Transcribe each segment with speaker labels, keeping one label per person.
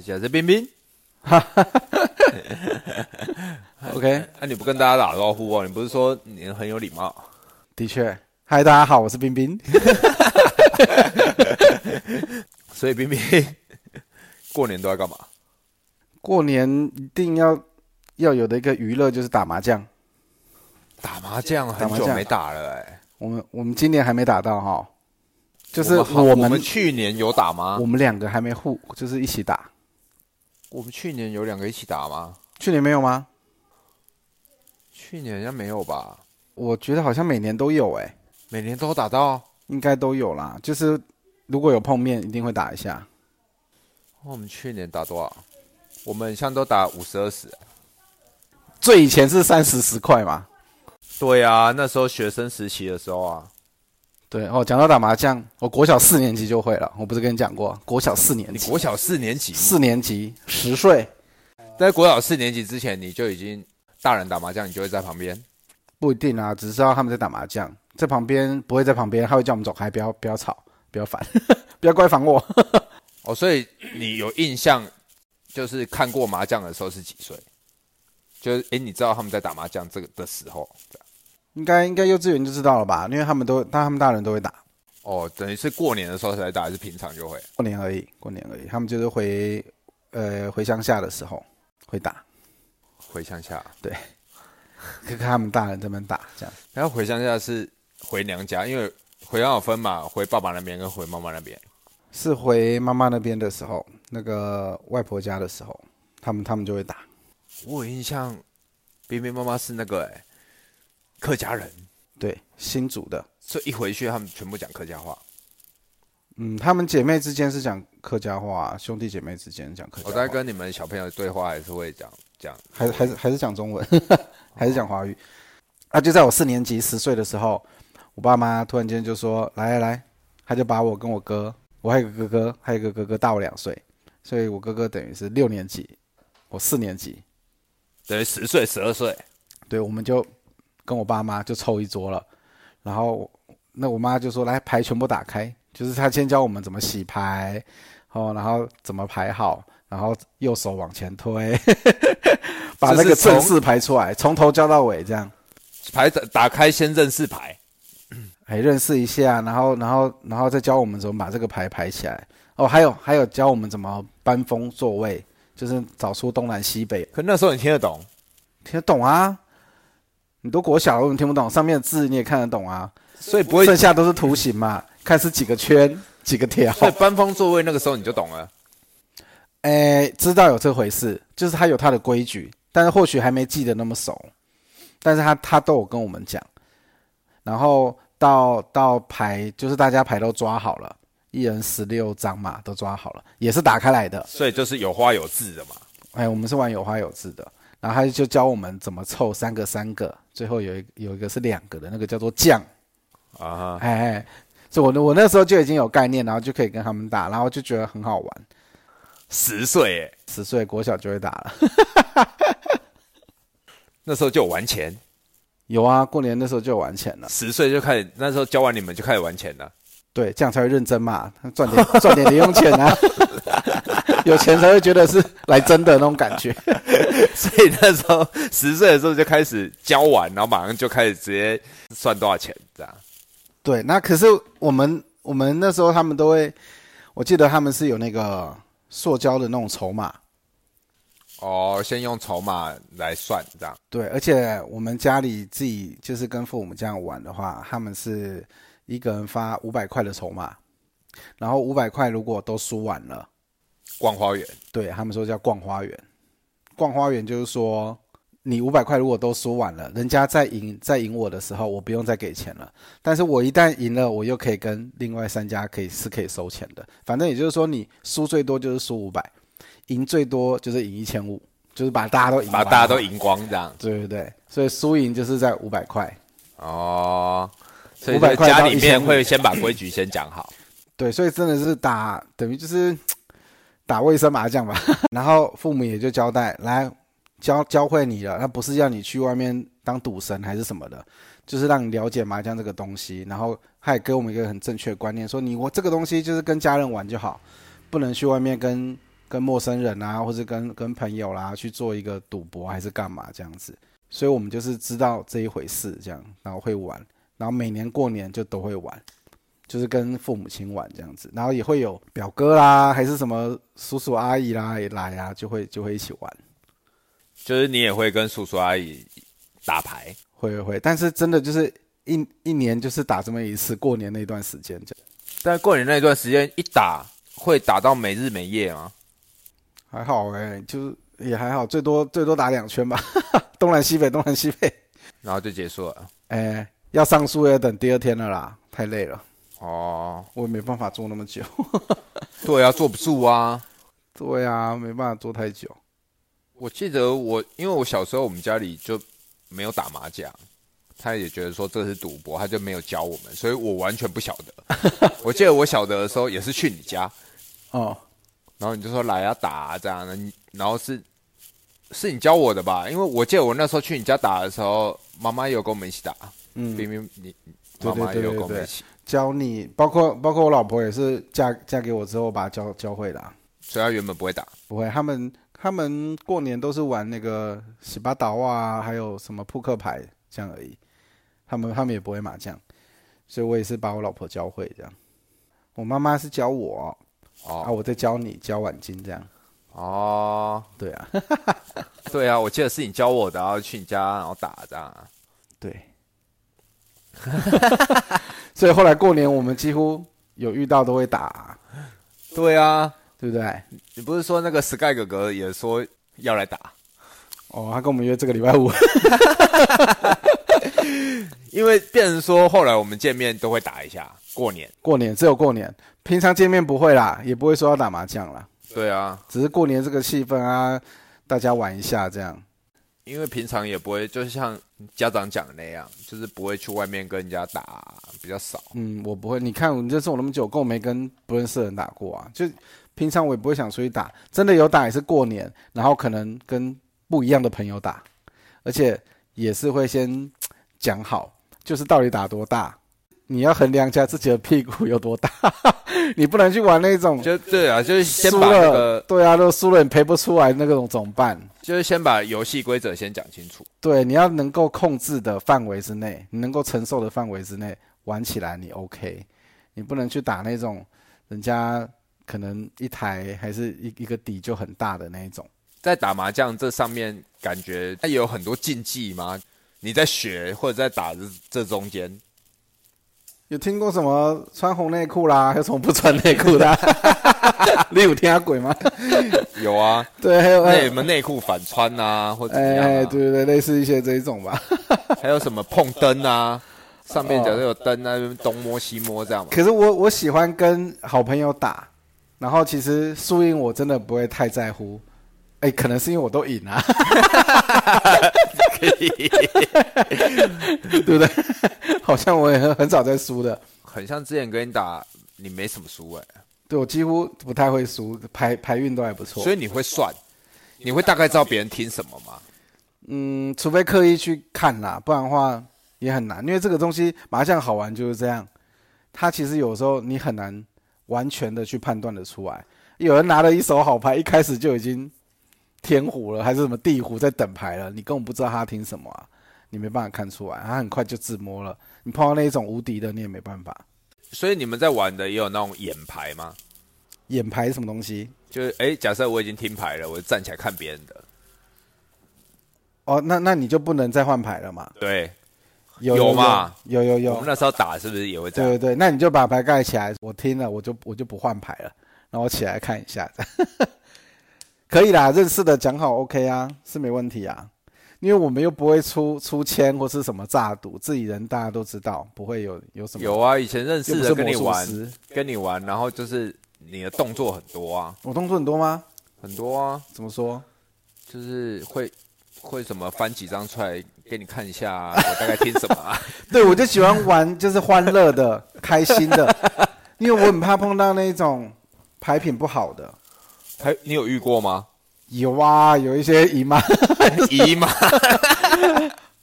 Speaker 1: 下，这冰冰。
Speaker 2: OK，
Speaker 1: 那、啊你不跟大家打招呼哦？你不是说你很有礼貌？
Speaker 2: 的确，嗨，大家好，我是冰冰。
Speaker 1: 所以冰冰 过年都在干嘛？
Speaker 2: 过年一定要要有的一个娱乐就是打麻将，
Speaker 1: 打麻将，
Speaker 2: 打
Speaker 1: 很
Speaker 2: 麻
Speaker 1: 久
Speaker 2: 将
Speaker 1: 没打了哎、
Speaker 2: 我们我们今年还没打到哈，就是
Speaker 1: 我好
Speaker 2: 我
Speaker 1: 我
Speaker 2: 们
Speaker 1: 们去年有打吗
Speaker 2: 我？们两个还没互，就是一起打。
Speaker 1: 我们去年有两个一起打吗？
Speaker 2: 去年没有吗？
Speaker 1: 去年应该没有吧？
Speaker 2: 我觉得好像每年都有哎、
Speaker 1: 每年都打到。哦
Speaker 2: 应该都有啦。就是如果有碰面，一定会打一下。
Speaker 1: 我们去年打多少？我们像都打五十二十。
Speaker 2: 最以前是三十十块嘛。
Speaker 1: 对啊，那时候学生时期的时候啊，
Speaker 2: 对哦，讲到打麻将，我国小四年级就会了。我不是跟你讲过，国小四年
Speaker 1: 你
Speaker 2: 级，
Speaker 1: 国小四年级，
Speaker 2: 四年级十岁
Speaker 1: 在国小四年级之前，你就已经大人打麻将，你就会在旁边。
Speaker 2: 不一定啊，只知道他们在打麻将，在旁边不会在旁边，他会叫我们走开，不要不要吵，不要烦， 不要过来烦我。
Speaker 1: 哦，所以你有印象，就是看过麻将的时候是几岁？就是诶，你知道他们在打麻将这个的时候，这样
Speaker 2: 应该应该幼稚园就知道了吧？因为他们都，但他们大人都会打，
Speaker 1: 哦，等于是过年的时候才打，还是平常就会？
Speaker 2: 过年而已，过年而已。他们就是回呃回乡下的时候会打，
Speaker 1: 回乡下，
Speaker 2: 看看他们大人这边打这样。
Speaker 1: 然后回乡下是回娘家，因为回乡有分嘛，回爸爸那边跟回妈妈那边。
Speaker 2: 是回妈妈那边的时候，那个外婆家的时候，他们他们就会打。
Speaker 1: 我有印象，冰冰妈妈是那个、欸、客家人，
Speaker 2: 对，新竹的，
Speaker 1: 所以一回去他们全部讲客家话。
Speaker 2: 嗯，他们姐妹之间是讲客家话，啊兄弟姐妹之间讲客家
Speaker 1: 我
Speaker 2: 话，
Speaker 1: 哦在跟你们小朋友对话还是会讲讲，
Speaker 2: 还还是还是讲中文， 还是讲华语。啊，就在我四年级十岁的时候，我爸妈突然间就说：“来来来，他就把我跟我哥，我还有个哥哥，还有个哥哥大我两岁，所以我哥哥等于是六年级，我四年级，
Speaker 1: 等于十岁、十二岁，
Speaker 2: 对，我们就跟我爸妈就凑一桌了，然后那我妈就说来牌全部打开，就是她先教我们怎么洗牌，哦，然后怎么排好，然后右手往前推， 把那
Speaker 1: 这
Speaker 2: 个
Speaker 1: 是从
Speaker 2: 正式排出来，从头教到尾这样，
Speaker 1: 牌打打开先认识牌，
Speaker 2: 哎，认识一下，然后然后然后再教我们怎么把这个牌排起来。哦，还有还有教我们怎么搬风座位，就是找出东南西北
Speaker 1: 可那时候你听得懂，
Speaker 2: 听得懂啊？你都国小了，为什么听不懂？上面的字你也看得懂啊？
Speaker 1: 所以不会。
Speaker 2: 剩下都是图形嘛，看是几个圈、几个条。
Speaker 1: 所以搬风座位那个时候你就懂了，
Speaker 2: 哎，知道有这回事，就是他有他的规矩，但是或许还没记得那么熟，但是他他都有跟我们讲。然后到到牌，就是大家牌都抓好了，一人十六张嘛，都抓好了，也是打开来的。
Speaker 1: 所以就是有花有字的嘛。
Speaker 2: 哎，我们是玩有花有字的，然后他就教我们怎么凑三个三个，最后有一有一个是两个的，那个叫做将。
Speaker 1: 啊哈，
Speaker 2: 哎哎，所以我那我那时候就已经有概念，然后就可以跟他们打，然后就觉得很好玩。
Speaker 1: 十岁哎，
Speaker 2: 十岁国小就会打了。
Speaker 1: 那时候就有玩钱，
Speaker 2: 有啊，过年那时候就有玩钱了。
Speaker 1: 十岁就开始，那时候教完你们就开始玩钱 了。
Speaker 2: 对，这样才会认真嘛，赚点 赚点零用钱啊， 有钱才会觉得是来真的那种感觉。
Speaker 1: 所以那时候十岁的时候就开始教完，然后马上就开始直接算多少钱这样。
Speaker 2: 对，那可是我们我们那时候他们都会，我记得他们是有那个塑胶的那种筹码。
Speaker 1: 哦，先用筹码来算这样。
Speaker 2: 对，而且我们家里自己就是跟父母这样玩的话，他们是一个人发五百块的筹码，然后五百块如果都输完了，
Speaker 1: 逛花园，
Speaker 2: 对他们说叫逛花园。逛花园就是说，你五百块如果都输完了，人家再赢再赢我的时候，我不用再给钱了。但是我一旦赢了，我又可以跟另外三家可以是可以收钱的。反正也就是说，你输最多就是输五百，赢最多就是赢一千五，就是把大家都赢
Speaker 1: 把
Speaker 2: 完
Speaker 1: 大家都。赢光这样。
Speaker 2: 对对对，所以输赢就是在五百块。
Speaker 1: 哦，所以
Speaker 2: 500
Speaker 1: 就
Speaker 2: 块
Speaker 1: 家
Speaker 2: 到
Speaker 1: 里面
Speaker 2: 1500
Speaker 1: 会先把规矩先讲好。
Speaker 2: 对，所以真的是打等于就是打卫生麻将吧。 然后父母也就交代，来教教会你了，那不是要你去外面当赌神还是什么的，就是让你了解麻将这个东西。然后他也给我们一个很正确的观念，说你我这个东西就是跟家人玩就好，不能去外面跟跟陌生人啊，或是跟跟朋友啦、去做一个赌博还是干嘛这样子。所以我们就是知道这一回事，这样，然后会玩，然后每年过年就都会玩，就是跟父母亲玩这样子，然后也会有表哥啦，还是什么叔叔阿姨啦也来啊，就会就会一起玩。
Speaker 1: 就是你也会跟叔叔阿姨打牌，
Speaker 2: 会会会，但是真的就是一一年就是打这么一次，过年那段时间这样，
Speaker 1: 但过年那段时间一打会打到没日没夜吗？
Speaker 2: 还好哎、就是也还好，最多最多打两圈吧， 东南西北东南西北，
Speaker 1: 然后就结束了。
Speaker 2: 哎、要上诉要等第二天了啦，太累了，
Speaker 1: 哦，
Speaker 2: 我也没办法坐那么久。
Speaker 1: 对啊，坐不住啊。
Speaker 2: 对啊，没办法坐太久。
Speaker 1: 我记得我，因为我小时候我们家里就没有打麻将，他也觉得说这是赌博，他就没有教我们，所以我完全不晓得。 我记得我晓得的时候也是去你家，
Speaker 2: 哦，
Speaker 1: 然后你就说来啊打啊这样的，你然后是是你教我的吧？因为我记得我那时候去你家打的时候，妈妈也有跟我们一起打，
Speaker 2: 嗯，
Speaker 1: 冰冰你你
Speaker 2: 对
Speaker 1: 妈妈也
Speaker 2: 对对
Speaker 1: 有跟
Speaker 2: 对
Speaker 1: 我们
Speaker 2: 对
Speaker 1: 一起，
Speaker 2: 教你，包括包括我老婆也是嫁嫁给我之后把她教教会的啊、
Speaker 1: 所以她原本不会打。
Speaker 2: 不会，他们他们过年都是玩那个洗八岛啊，还有什么扑克牌这样而已。他们他们也不会麻将，所以我也是把我老婆教会这样。我妈妈是教我啊，
Speaker 1: 哦
Speaker 2: 我在教你教晚金这样。
Speaker 1: 哦，
Speaker 2: 对啊，
Speaker 1: 对啊，我记得是你教我的，然后去你家然后打这样啊。
Speaker 2: 对。 所以后来过年我们几乎有遇到都会打啊、
Speaker 1: 对啊，
Speaker 2: 对不对？
Speaker 1: 你不是说那个 Sky 哥哥也说要来打？
Speaker 2: 哦，他跟我们约这个礼拜五。
Speaker 1: 因为变成说后来我们见面都会打一下，过年。
Speaker 2: 过年只有过年，平常见面不会啦，也不会说要打麻将啦，
Speaker 1: 对啊，
Speaker 2: 只是过年这个气氛啊，大家玩一下这样。
Speaker 1: 因为平常也不会，就像家长讲的那样，就是不会去外面跟人家打，比较少。
Speaker 2: 嗯，我不会，你看你认识我那么久，跟我没跟不认识的人打过啊，就平常我也不会想出去打，真的有打也是过年，然后可能跟不一样的朋友打，而且也是会先讲好，就是到底打多大。你要衡量一下自己的屁股有多大， 你不能去玩那种
Speaker 1: 就对啊，就是先
Speaker 2: 输
Speaker 1: 把那
Speaker 2: 了，
Speaker 1: 个，
Speaker 2: 对啊，如果输了你赔不出来那种怎么办？
Speaker 1: 就是先把游戏规则先讲清楚。
Speaker 2: 对，你要能够控制的范围之内，你能够承受的范围之内玩起来你 OK，你不能去打那种人家可能一台还是一一个底就很大的那一种。
Speaker 1: 在打麻将这上面，感觉它有很多禁忌吗？你在学或者在打这这中间，
Speaker 2: 有听过什么穿红内裤啦，还有什么不穿内裤的啊、 你有听鬼吗？
Speaker 1: 有啊，
Speaker 2: 对，还有还
Speaker 1: 那有
Speaker 2: 有
Speaker 1: 没有内裤反穿啊，或者怎么样、啊
Speaker 2: 呃哎，对对对，类似一些这一种吧。
Speaker 1: 还有什么碰灯 啊？上面假设有灯，那边东摸西摸这样嘛。
Speaker 2: 可是我我喜欢跟好朋友打，然后其实输赢我真的不会太在乎，哎，可能是因为我都赢啊，对不对？好像我也很很少在输的，
Speaker 1: 很像之前跟你打，你没什么输哎、
Speaker 2: 对我几乎不太会输，牌牌运都还不错
Speaker 1: 所。以你会算，你会大概知道别人听什么吗？
Speaker 2: 嗯，除非刻意去看啦，不然的话也很难，因为这个东西麻将好玩就是这样，它其实有时候你很难完全的去判断的出来。有人拿了一手好牌，一开始就已经天胡了，还是什么地胡在等牌了，你根本不知道他听什么啊，你没办法看出来，他很快就自摸了。你碰到那一种无敌的，你也没办法。
Speaker 1: 所以你们在玩的也有那种眼牌吗？
Speaker 2: 眼牌是什么东西？
Speaker 1: 就是哎、假设我已经听牌了，我就站起来看别人的。
Speaker 2: 哦，那那你就不能再换牌了嘛？
Speaker 1: 对，
Speaker 2: 有
Speaker 1: 有嘛？
Speaker 2: 有有
Speaker 1: 我
Speaker 2: 有
Speaker 1: 们，那时候打是不是也会这
Speaker 2: 对
Speaker 1: 样？
Speaker 2: 对对，那你就把牌盖起来，我听了我就我就不换牌了，然后起来看一下， 可以啦，认识的讲好 OK 啊，是没问题啊，因为我们又不会出出签或是什么诈赌，自己人大家都知道，不会有有什么
Speaker 1: 有啊，以前认
Speaker 2: 又
Speaker 1: 识
Speaker 2: 不
Speaker 1: 的
Speaker 2: 是
Speaker 1: 跟
Speaker 2: 魔
Speaker 1: 你
Speaker 2: 术
Speaker 1: 玩，
Speaker 2: 师，
Speaker 1: 跟你玩，然后就是你的动作很多啊，
Speaker 2: 我动作很多吗？
Speaker 1: 很多啊，
Speaker 2: 怎么说？
Speaker 1: 就是会会什么翻几张出来给你看一下、啊，我大概听什么、啊。
Speaker 2: 对，我就喜欢玩就是欢乐的、开心的， 因为我很怕碰到那种牌品不好的。
Speaker 1: 还你有遇过 吗？
Speaker 2: 有啊，有一些姨妈
Speaker 1: 姨妈，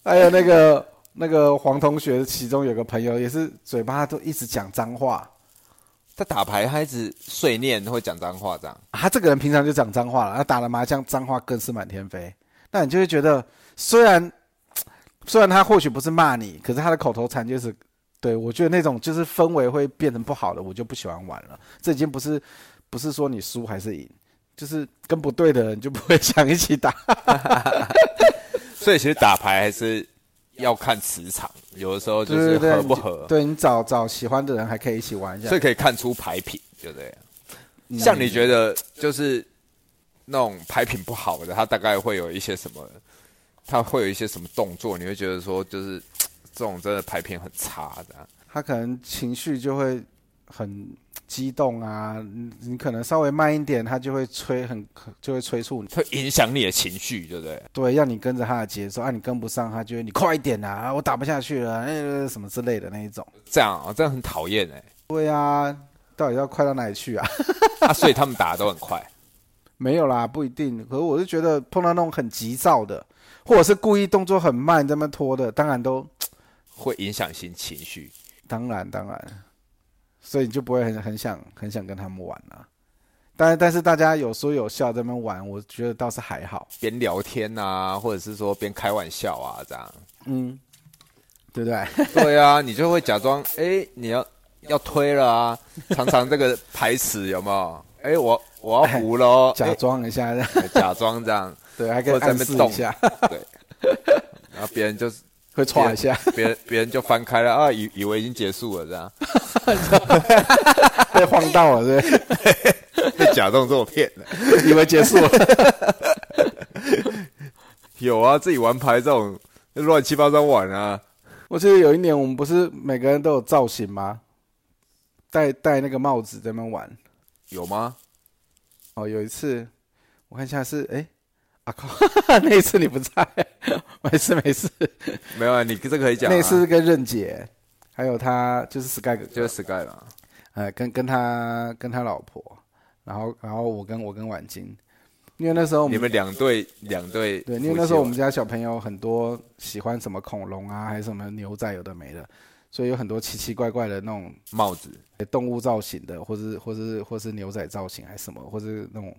Speaker 2: 还有那个 那个黄同学，其中有个朋友也是嘴巴都一直讲脏话，
Speaker 1: 他打牌他一直碎念，会讲脏话这样。
Speaker 2: 啊他这个人平常就讲脏话了，他打了麻将脏话更是满天飞。那你就会觉得，虽然虽然他或许不是骂你，可是他的口头禅就是，对我觉得那种就是氛围会变成不好的，我就不喜欢玩了。这已经不是不是说你输还是赢，就是跟不对的人就不会想一起打。
Speaker 1: 所以其实打牌还是要看磁场，有的时候就
Speaker 2: 对
Speaker 1: 是
Speaker 2: 对对，
Speaker 1: 合
Speaker 2: 你
Speaker 1: 不
Speaker 2: 就
Speaker 1: 合，
Speaker 2: 对你找找喜欢的人还可以一起玩一下。
Speaker 1: 所以可以看出牌品，对不对？像你觉得就是那种牌品不好的，他大概会有一些什么，他会有一些什么动作，你会觉得说就是这种真的牌品很差的啊。
Speaker 2: 他可能情绪就会很激动啊，你你可能稍微慢一点，他就会催很就会催促你，
Speaker 1: 会影响你的情绪，对不对？
Speaker 2: 对，要你跟着他的节奏，啊，你跟不上，他就会你快一点啊，我打不下去了，呃，什么之类的那一种。
Speaker 1: 这样啊，这样很讨厌哎、
Speaker 2: 对啊，到底要快到哪里去啊？
Speaker 1: 啊，所以他们打的都很快，
Speaker 2: 没有啦，不一定。可是我是觉得碰到那种很急躁的，或者是故意动作很慢这么拖的，当然都
Speaker 1: 会影响新情绪。
Speaker 2: 当然当然，所以你就不会很很想很想跟他们玩啦、但但是大家有说有笑在那边玩，我觉得倒是还好。
Speaker 1: 边聊天啊，或者是说边开玩笑啊，这 样。
Speaker 2: 嗯，对不对？
Speaker 1: 对啊，你就会假装哎、你要要推了啊，常常这个排词有没有？哎、我我要胡喽，
Speaker 2: 假装一下，
Speaker 1: 哎 假装这样，
Speaker 2: 对，还可以
Speaker 1: 或者在
Speaker 2: 暗
Speaker 1: 那边
Speaker 2: 示一
Speaker 1: 动
Speaker 2: 下，
Speaker 1: 对。然后别人就是
Speaker 2: 会歘一下，
Speaker 1: 别人别人就翻开了啊，以以为已经结束了这 样，
Speaker 2: 被晃到啊了，对不
Speaker 1: 被假动作骗了。
Speaker 2: 对，以为结束了。
Speaker 1: 有啊，自己玩牌这种乱七八糟玩啊，
Speaker 2: 我记得有一年，我们不是每个人都有造型吗？戴戴那个帽子在那边玩。
Speaker 1: 有吗？
Speaker 2: 哦，有一次，我看一下是，哎，啊靠， 那一次你不在， 没事没事，
Speaker 1: 没有啊，你这个可以讲、啊。
Speaker 2: 那一次是跟任姐，还有他就是 Sky 哥哥，
Speaker 1: 就是 Sky 啦，
Speaker 2: 呃，跟跟他跟他老婆，然后然后我跟我跟婉晶，因为那时候我
Speaker 1: 你
Speaker 2: 们
Speaker 1: 们两队两队夫妻
Speaker 2: 对，
Speaker 1: 玩，
Speaker 2: 因为那时候我们家小朋友很多喜欢什么恐龙啊，还是什么牛仔，有的没的，所以有很多奇奇怪怪的那种
Speaker 1: 帽子
Speaker 2: 呃动物造型的，或是或是或是牛仔造型还是什么，或是那种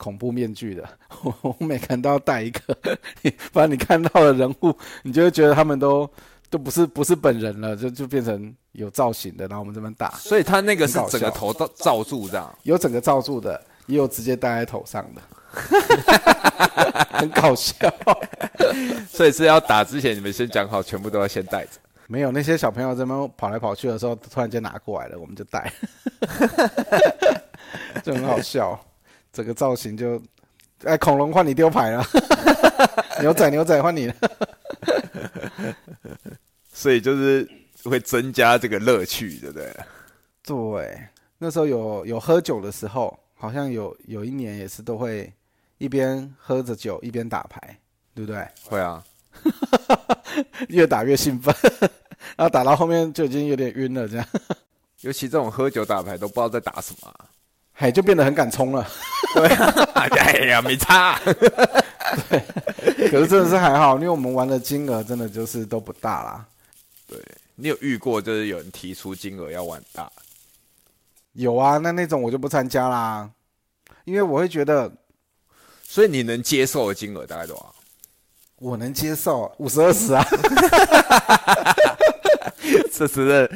Speaker 2: 恐怖面具的， 我我每个人都要戴一个。 你反正你看到的人物，你就会觉得他们都都不是不是本人了，就就变成有造型的，然后我们这边打，
Speaker 1: 所以他那个是
Speaker 2: 很搞
Speaker 1: 整个
Speaker 2: 笑
Speaker 1: 头罩罩住这样，
Speaker 2: 有整个罩住的，也有直接戴在头上的， 很搞笑。
Speaker 1: 所以是要打之前你们先讲好，全部都要先带着。
Speaker 2: 没有那些小朋友在那边跑来跑去的时候，突然间拿过来了，我们就带，就很好笑。整个造型就，哎，恐龙换你丢牌了， 牛仔牛仔换你了。
Speaker 1: 所以就是会增加这个乐趣，对不对？
Speaker 2: 啊对，那时候有有喝酒的时候，好像有有一年也是都会一边喝着酒一边打牌，对不对？
Speaker 1: 会啊，
Speaker 2: 越打越兴奋， 然后打到后面就已经有点晕了，这样，
Speaker 1: 尤其这种喝酒打牌都不知道在打什么 啊、
Speaker 2: 嘿，就变得很敢冲了。
Speaker 1: 哎呀，没差、
Speaker 2: 可是真的是还好，因为我们玩的金额真的就是都不大啦。
Speaker 1: 你有遇过就是有人提出金额要玩大，
Speaker 2: 有啊，那那种我就不参加啦，因为我会觉得
Speaker 1: 所以你能接受的金额大概多少？
Speaker 2: 我能接受五十二十啊，
Speaker 1: 这真的，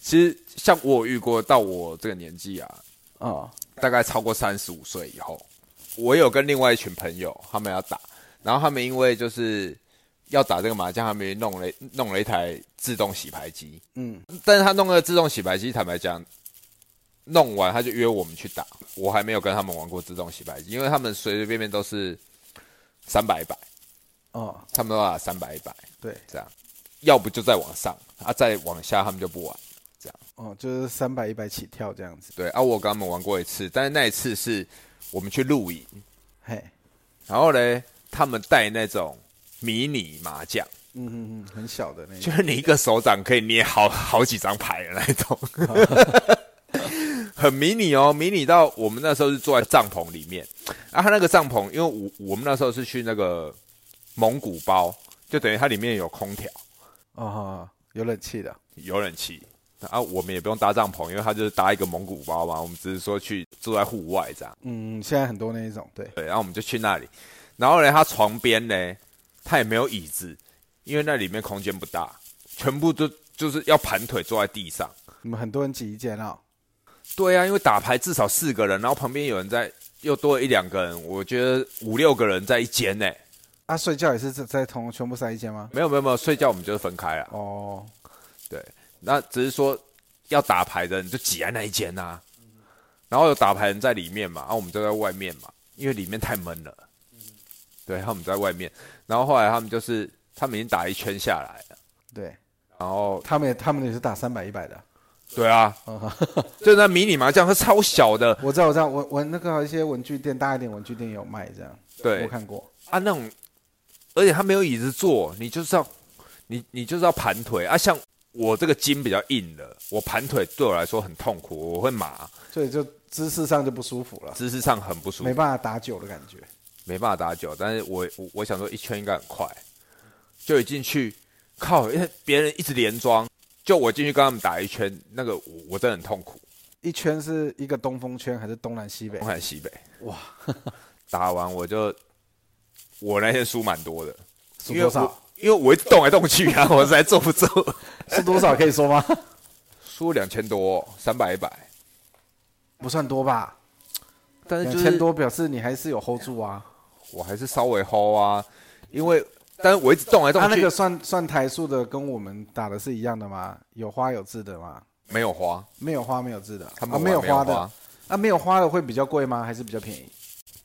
Speaker 1: 其实像我有遇过到我这个年纪啊，
Speaker 2: 哦，
Speaker 1: 大概超过三十五岁以后，我有跟另外一群朋友，他们要打，然后他们因为就是要打这个麻将，他们弄了弄了一台自动洗牌机，
Speaker 2: 嗯，
Speaker 1: 但是他弄了自动洗牌机，坦白讲，弄完他就约我们去打，我还没有跟他们玩过自动洗牌机，因为他们随随便便都是三百百，
Speaker 2: 哦，
Speaker 1: 他们都打三百百
Speaker 2: 对，
Speaker 1: 这样，要不就再往上，啊，再往下他们就不玩。
Speaker 2: 哦，就是三百一百起跳这样子，
Speaker 1: 对啊，我跟他们玩过一次，但是那一次是我们去露营。
Speaker 2: 嘿，
Speaker 1: 然后嘞，他们带那种迷你麻将，
Speaker 2: 嗯嗯嗯，很小的那
Speaker 1: 就
Speaker 2: 种，
Speaker 1: 是你一个手掌可以捏好 好几张牌的那一种，很迷你哦，迷你到我们那时候是坐在帐篷里面，啊，他那个帐篷，因为我我们那时候是去那个蒙古包，就等于它里面有空调、
Speaker 2: 哦哦，有冷气的，
Speaker 1: 有冷气，啊，我们也不用搭帐篷，因为他就是搭一个蒙古包嘛，我们只是说去住在户外这样。
Speaker 2: 嗯，现在很多那一种，对，
Speaker 1: 对，然后我们就去那里，然后呢，他床边呢，他也没有椅子，因为那里面空间不大，全部都就是要盘腿坐在地上。
Speaker 2: 你们很多人挤一间啊，
Speaker 1: 对啊，因为打牌至少四个人，然后旁边有人在，又多了一两个人，我觉得五六个人在一间呢。
Speaker 2: 啊，睡觉也是在在同全部塞一间吗？
Speaker 1: 没有没有没有，睡觉我们就是分开啊。
Speaker 2: 哦，
Speaker 1: 那只是说要打牌的人就挤在那一间呐、然后有打牌人在里面嘛，然、后我们就在外面嘛，因为里面太闷了。对，他们在外面，然后后来他们就是他们已经打一圈下来了，
Speaker 2: 对
Speaker 1: 然后
Speaker 2: 他们也他们也是打三百一百的，
Speaker 1: 对啊，
Speaker 2: 哦
Speaker 1: 就那迷你麻将，它超小的，
Speaker 2: 我知道我知道，我我那个一些文具店大一点文具店有卖这样，我
Speaker 1: 对
Speaker 2: 看过，
Speaker 1: 啊那种，而且它没有椅子坐，你就是要你你就是要盘腿啊，像我这个筋比较硬的，我盘腿对我来说很痛苦，我会麻，
Speaker 2: 所以就姿势上就不舒服了，
Speaker 1: 姿势上很不舒服，
Speaker 2: 没办法打久的感觉。
Speaker 1: 没办法打久，但是我我我想说一圈应该很快，就一进去，靠，因为别人一直连庄，就我进去跟他们打一圈，那个我我真的很痛苦，
Speaker 2: 一圈是一个东风圈还是东南西北
Speaker 1: 东？南西北，
Speaker 2: 哇，
Speaker 1: 打完我就我那天输蛮多的，因
Speaker 2: 数
Speaker 1: 为
Speaker 2: 多
Speaker 1: 我
Speaker 2: 少？
Speaker 1: 因为我一直动来动去啊，我实在坐不住，
Speaker 2: 是多少可以说吗？
Speaker 1: 输两千多，三百一百，
Speaker 2: 不算多吧，
Speaker 1: 但是
Speaker 2: 两
Speaker 1: 就是
Speaker 2: 千多表示你还是有 hold 住啊。
Speaker 1: 我还是稍微 hold 啊，因为但是我一直动来动
Speaker 2: 他
Speaker 1: 去，
Speaker 2: 啊那个算算台数的，跟我们打的是一样的吗？有花有字的吗？
Speaker 1: 没有花，
Speaker 2: 没有花没有字的，
Speaker 1: 他
Speaker 2: 啊
Speaker 1: 们
Speaker 2: 没有
Speaker 1: 玩
Speaker 2: 花的，啊没有花的会比较贵吗？还是比较便宜？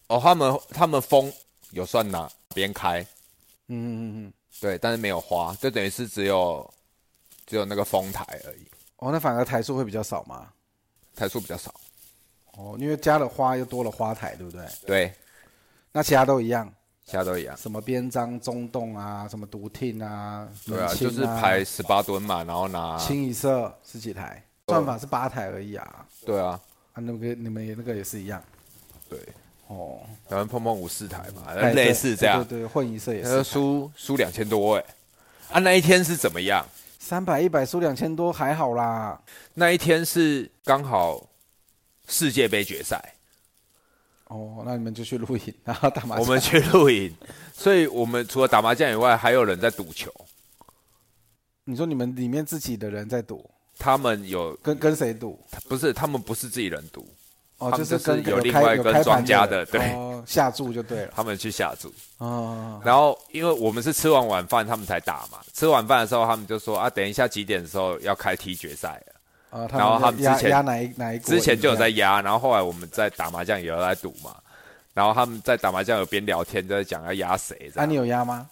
Speaker 1: 哦，他们他们风有算哪边开。
Speaker 2: 嗯嗯嗯嗯。
Speaker 1: 对，但是没有花，就等于是只有只有那个丰台而已，
Speaker 2: 哦，那反而台数会比较少吗？
Speaker 1: 台数比较少。
Speaker 2: 哦，因为加了花又多了花台，对不对？
Speaker 1: 对，
Speaker 2: 那其他都一样，
Speaker 1: 其他都一样。
Speaker 2: 什么边章、中洞啊，什么独听啊，
Speaker 1: 对啊，
Speaker 2: 门
Speaker 1: 就
Speaker 2: 清
Speaker 1: 是排十八吨嘛，然后拿。
Speaker 2: 清一色十几台，
Speaker 1: 哦
Speaker 2: 算法是八台而已啊。
Speaker 1: 对啊，
Speaker 2: 啊，那个你们也那个也是一样
Speaker 1: 对，
Speaker 2: 哦，
Speaker 1: 然后碰碰五四台嘛，
Speaker 2: 哎
Speaker 1: 呃类似这样。呃
Speaker 2: 对对对，混一色也
Speaker 1: 他就是输输两千多哎、啊，那一天是怎么样？
Speaker 2: 三百一百输两千多还好啦。
Speaker 1: 那一天是刚好世界杯决赛，
Speaker 2: 哦，那你们就去露营，然后打麻将。
Speaker 1: 我们去露营，所以我们除了打麻将以外，还有人在赌球。
Speaker 2: 你说你们里面自己的人在赌，
Speaker 1: 他们有
Speaker 2: 跟跟谁赌？
Speaker 1: 不是他们不是自己人赌，
Speaker 2: 哦，
Speaker 1: 他
Speaker 2: 就
Speaker 1: 们就是
Speaker 2: 跟
Speaker 1: 有另
Speaker 2: 开
Speaker 1: 外
Speaker 2: 有
Speaker 1: 跟
Speaker 2: 开
Speaker 1: 庄
Speaker 2: 盘
Speaker 1: 家
Speaker 2: 的
Speaker 1: 的对
Speaker 2: 哦下注就对了。
Speaker 1: 他们去下注。
Speaker 2: 哦，
Speaker 1: 然后因为我们是吃完晚饭他们才打嘛，吃晚饭的时候他们就说啊，等一下几点的时候要开踢决赛了。
Speaker 2: 啊，
Speaker 1: 然后他们
Speaker 2: 压
Speaker 1: 之前
Speaker 2: 压哪一哪一国
Speaker 1: 之前就有在
Speaker 2: 赢
Speaker 1: 压，然后后来我们在打麻将也有在赌嘛，然后他们在打麻将有边聊天就在讲要压谁
Speaker 2: 这
Speaker 1: 这
Speaker 2: 样，啊，
Speaker 1: 样。
Speaker 2: 你有压吗？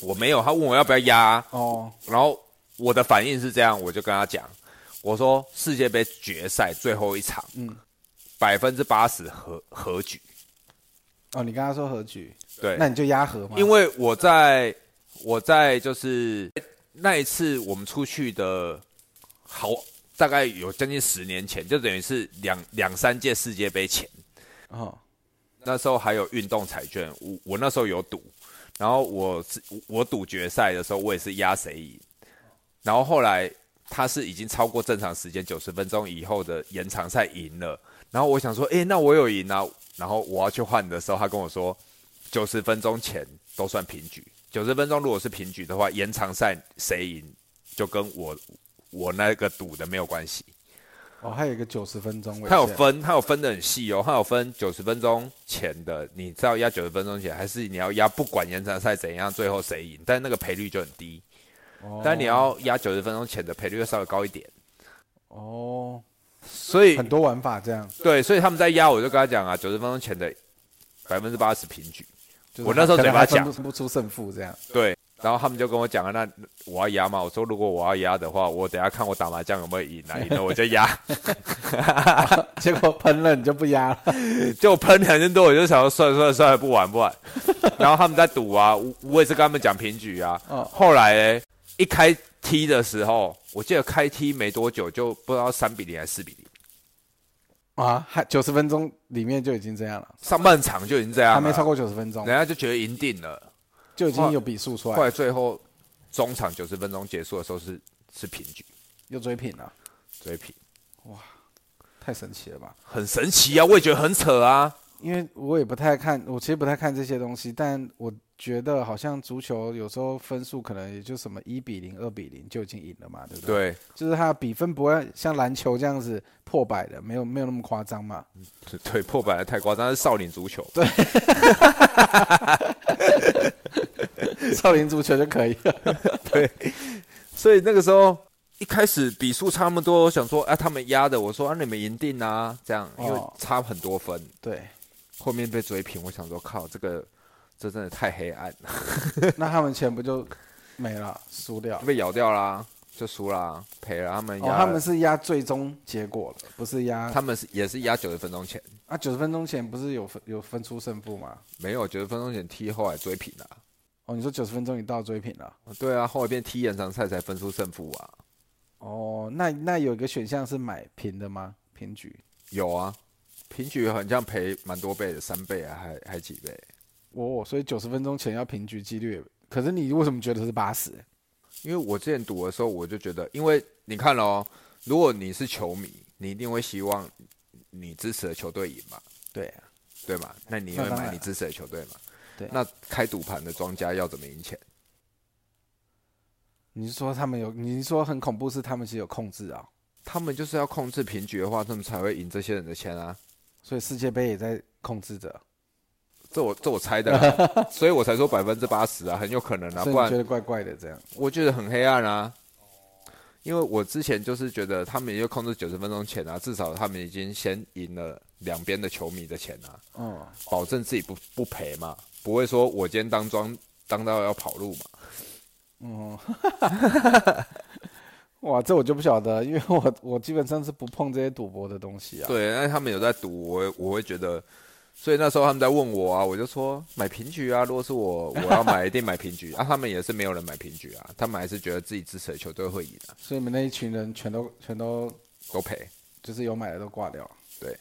Speaker 1: 我没有，他问我要不要压，
Speaker 2: 哦，
Speaker 1: 然后我的反应是这样，我就跟他讲，我说世界杯决赛最后一场，
Speaker 2: 嗯，
Speaker 1: 百分之八十和和局，
Speaker 2: 哦，你刚刚说和局，
Speaker 1: 对，
Speaker 2: 那你就压和嘛。
Speaker 1: 因为我在我在就是那一次我们出去的好，大概有将近十年前，就等于是两两三届世界杯前，
Speaker 2: 哦，
Speaker 1: 那时候还有运动彩券，我我那时候有赌，然后我是我赌决赛的时候，我也是压谁赢，然后后来他是已经超过正常时间九十分钟以后的延长赛赢了，然后我想说，诶，那我有赢啊，然后我要去换的时候，他跟我说九十分钟前都算平局，九十分钟如果是平局的话，延长赛谁赢就跟我我那个赌的没有关系。
Speaker 2: 哦，还有一个九十分钟，
Speaker 1: 它有，分，它有分的很细哦，它有分九十分钟前的，你知道压九十分钟前，还是你要压不管延长赛怎样，最后谁赢，但那个赔率就很低。
Speaker 2: 哦
Speaker 1: 但你要压九十分钟前的赔率会稍微高一点，
Speaker 2: 哦，
Speaker 1: 所以
Speaker 2: 很多玩法这样。
Speaker 1: 对，所以他们在压，我就跟他讲啊，九十分钟前的百分之八十平局，
Speaker 2: 就是
Speaker 1: 我那时候
Speaker 2: 可能
Speaker 1: 嘴巴
Speaker 2: 还分
Speaker 1: 讲
Speaker 2: 不分不出胜负这样。
Speaker 1: 对。然后他们就跟我讲啊，那我要压嘛，我说如果我要压的话，我等一下看我打麻将有没有赢啊，赢了我就压。
Speaker 2: 结果喷了你就不 压了。
Speaker 1: 就喷两千多，我就想说算了算了算了，不玩不 玩。然后他们在赌啊，我我也是跟他们讲平局啊。
Speaker 2: 嗯
Speaker 1: 后来呢，一开踢的时候，我记得开踢没多久就不知道三比零还是四比零，
Speaker 2: 啊，还九十分钟里面就已经这样了，
Speaker 1: 上半场就已经这样
Speaker 2: 还
Speaker 1: 了，
Speaker 2: 没超过九十分钟
Speaker 1: 人家就觉得赢定了。
Speaker 2: 就已经有比数出
Speaker 1: 后
Speaker 2: 来，
Speaker 1: 来最后中场九十分钟结束的时候是是平局，
Speaker 2: 又追平了。
Speaker 1: 追平，
Speaker 2: 太神奇了吧？
Speaker 1: 很神奇啊！我也觉得很扯啊。
Speaker 2: 因为我也不太看，我其实不太看这些东西，但我觉得好像足球有时候分数可能也就什么一比零、二比零就已经赢了嘛，对不对？对，
Speaker 1: 对
Speaker 2: 就是它的比分不会像篮球这样子破百的，没有没有那么夸张嘛。
Speaker 1: 对， 破百的太夸张，那是少林足球。对，
Speaker 2: 少林足球就可以 了。
Speaker 1: 所以那个时候一开始比数差那么多，我想说啊，他们压的，我说啊，你们赢定啊，这样，因为
Speaker 2: 哦
Speaker 1: 差很多分。
Speaker 2: 对，
Speaker 1: 后面被追平，我想说靠，这个这真的太黑暗了，
Speaker 2: 那他们钱不就没了，输掉？
Speaker 1: 被咬掉啦，就输啦，赔了。他们
Speaker 2: 哦，
Speaker 1: 压、
Speaker 2: 他们是压最终结果了，不是压
Speaker 1: 他们是也是压九十分钟前，
Speaker 2: 啊九十分钟前不是有分有分出胜负吗？
Speaker 1: 没有九十分钟前踢，后来追平了。
Speaker 2: 哦，你说九十分钟一到追平了。
Speaker 1: 对啊，后来变踢延长赛才分出胜负啊。
Speaker 2: 哦，那那有一个选项是买平的吗？平局？
Speaker 1: 有啊，平局好像赔蛮多倍的，三倍啊，还还几倍？
Speaker 2: 哦，所以九十分钟前要平局几率也，可是你为什么觉得是八十？
Speaker 1: 因为我之前赌的时候，我就觉得，因为你看咯，如果你是球迷，你一定会希望你支持的球队赢嘛，
Speaker 2: 对啊，
Speaker 1: 对嘛？那你
Speaker 2: 那
Speaker 1: 会
Speaker 2: 当
Speaker 1: 买
Speaker 2: 然
Speaker 1: 你支持的球队嘛？
Speaker 2: 对
Speaker 1: 那开赌盘的庄家要怎么赢钱？
Speaker 2: 你是说他们有？你是说很恐怖是他们其实有控制啊、
Speaker 1: 他们就是要控制平局的话，他们才会赢这些人的钱啊。
Speaker 2: 所以世界杯也在控制着，
Speaker 1: 这我这我猜的 啦，所以我才说百分之八十啊，很有可能啊，
Speaker 2: 所以
Speaker 1: 不
Speaker 2: 你觉
Speaker 1: 然
Speaker 2: 得怪怪的这样。
Speaker 1: 我觉得很黑暗啊。因为我之前就是觉得他们也就控制九十分钟前啊，至少他们已经先赢了两边的球迷的钱啊，
Speaker 2: 嗯，
Speaker 1: 保证自己不不赔嘛，不会说我今天当庄当到要跑路嘛。
Speaker 2: 哦， 哇，这我就不晓得，因为我我基本上是不碰这些赌博的东西啊。，
Speaker 1: 对，那他们有在赌，我会我会觉得，所以那时候他们在问我啊，我就说买平局啊，如果是我，我要买一定买平局 啊。他们也是没有人买平局啊，他们还是觉得自己支持的球队会赢啊，
Speaker 2: 所以你们那一群人全都全都
Speaker 1: 都赔。
Speaker 2: 就是有买的都挂掉，
Speaker 1: 对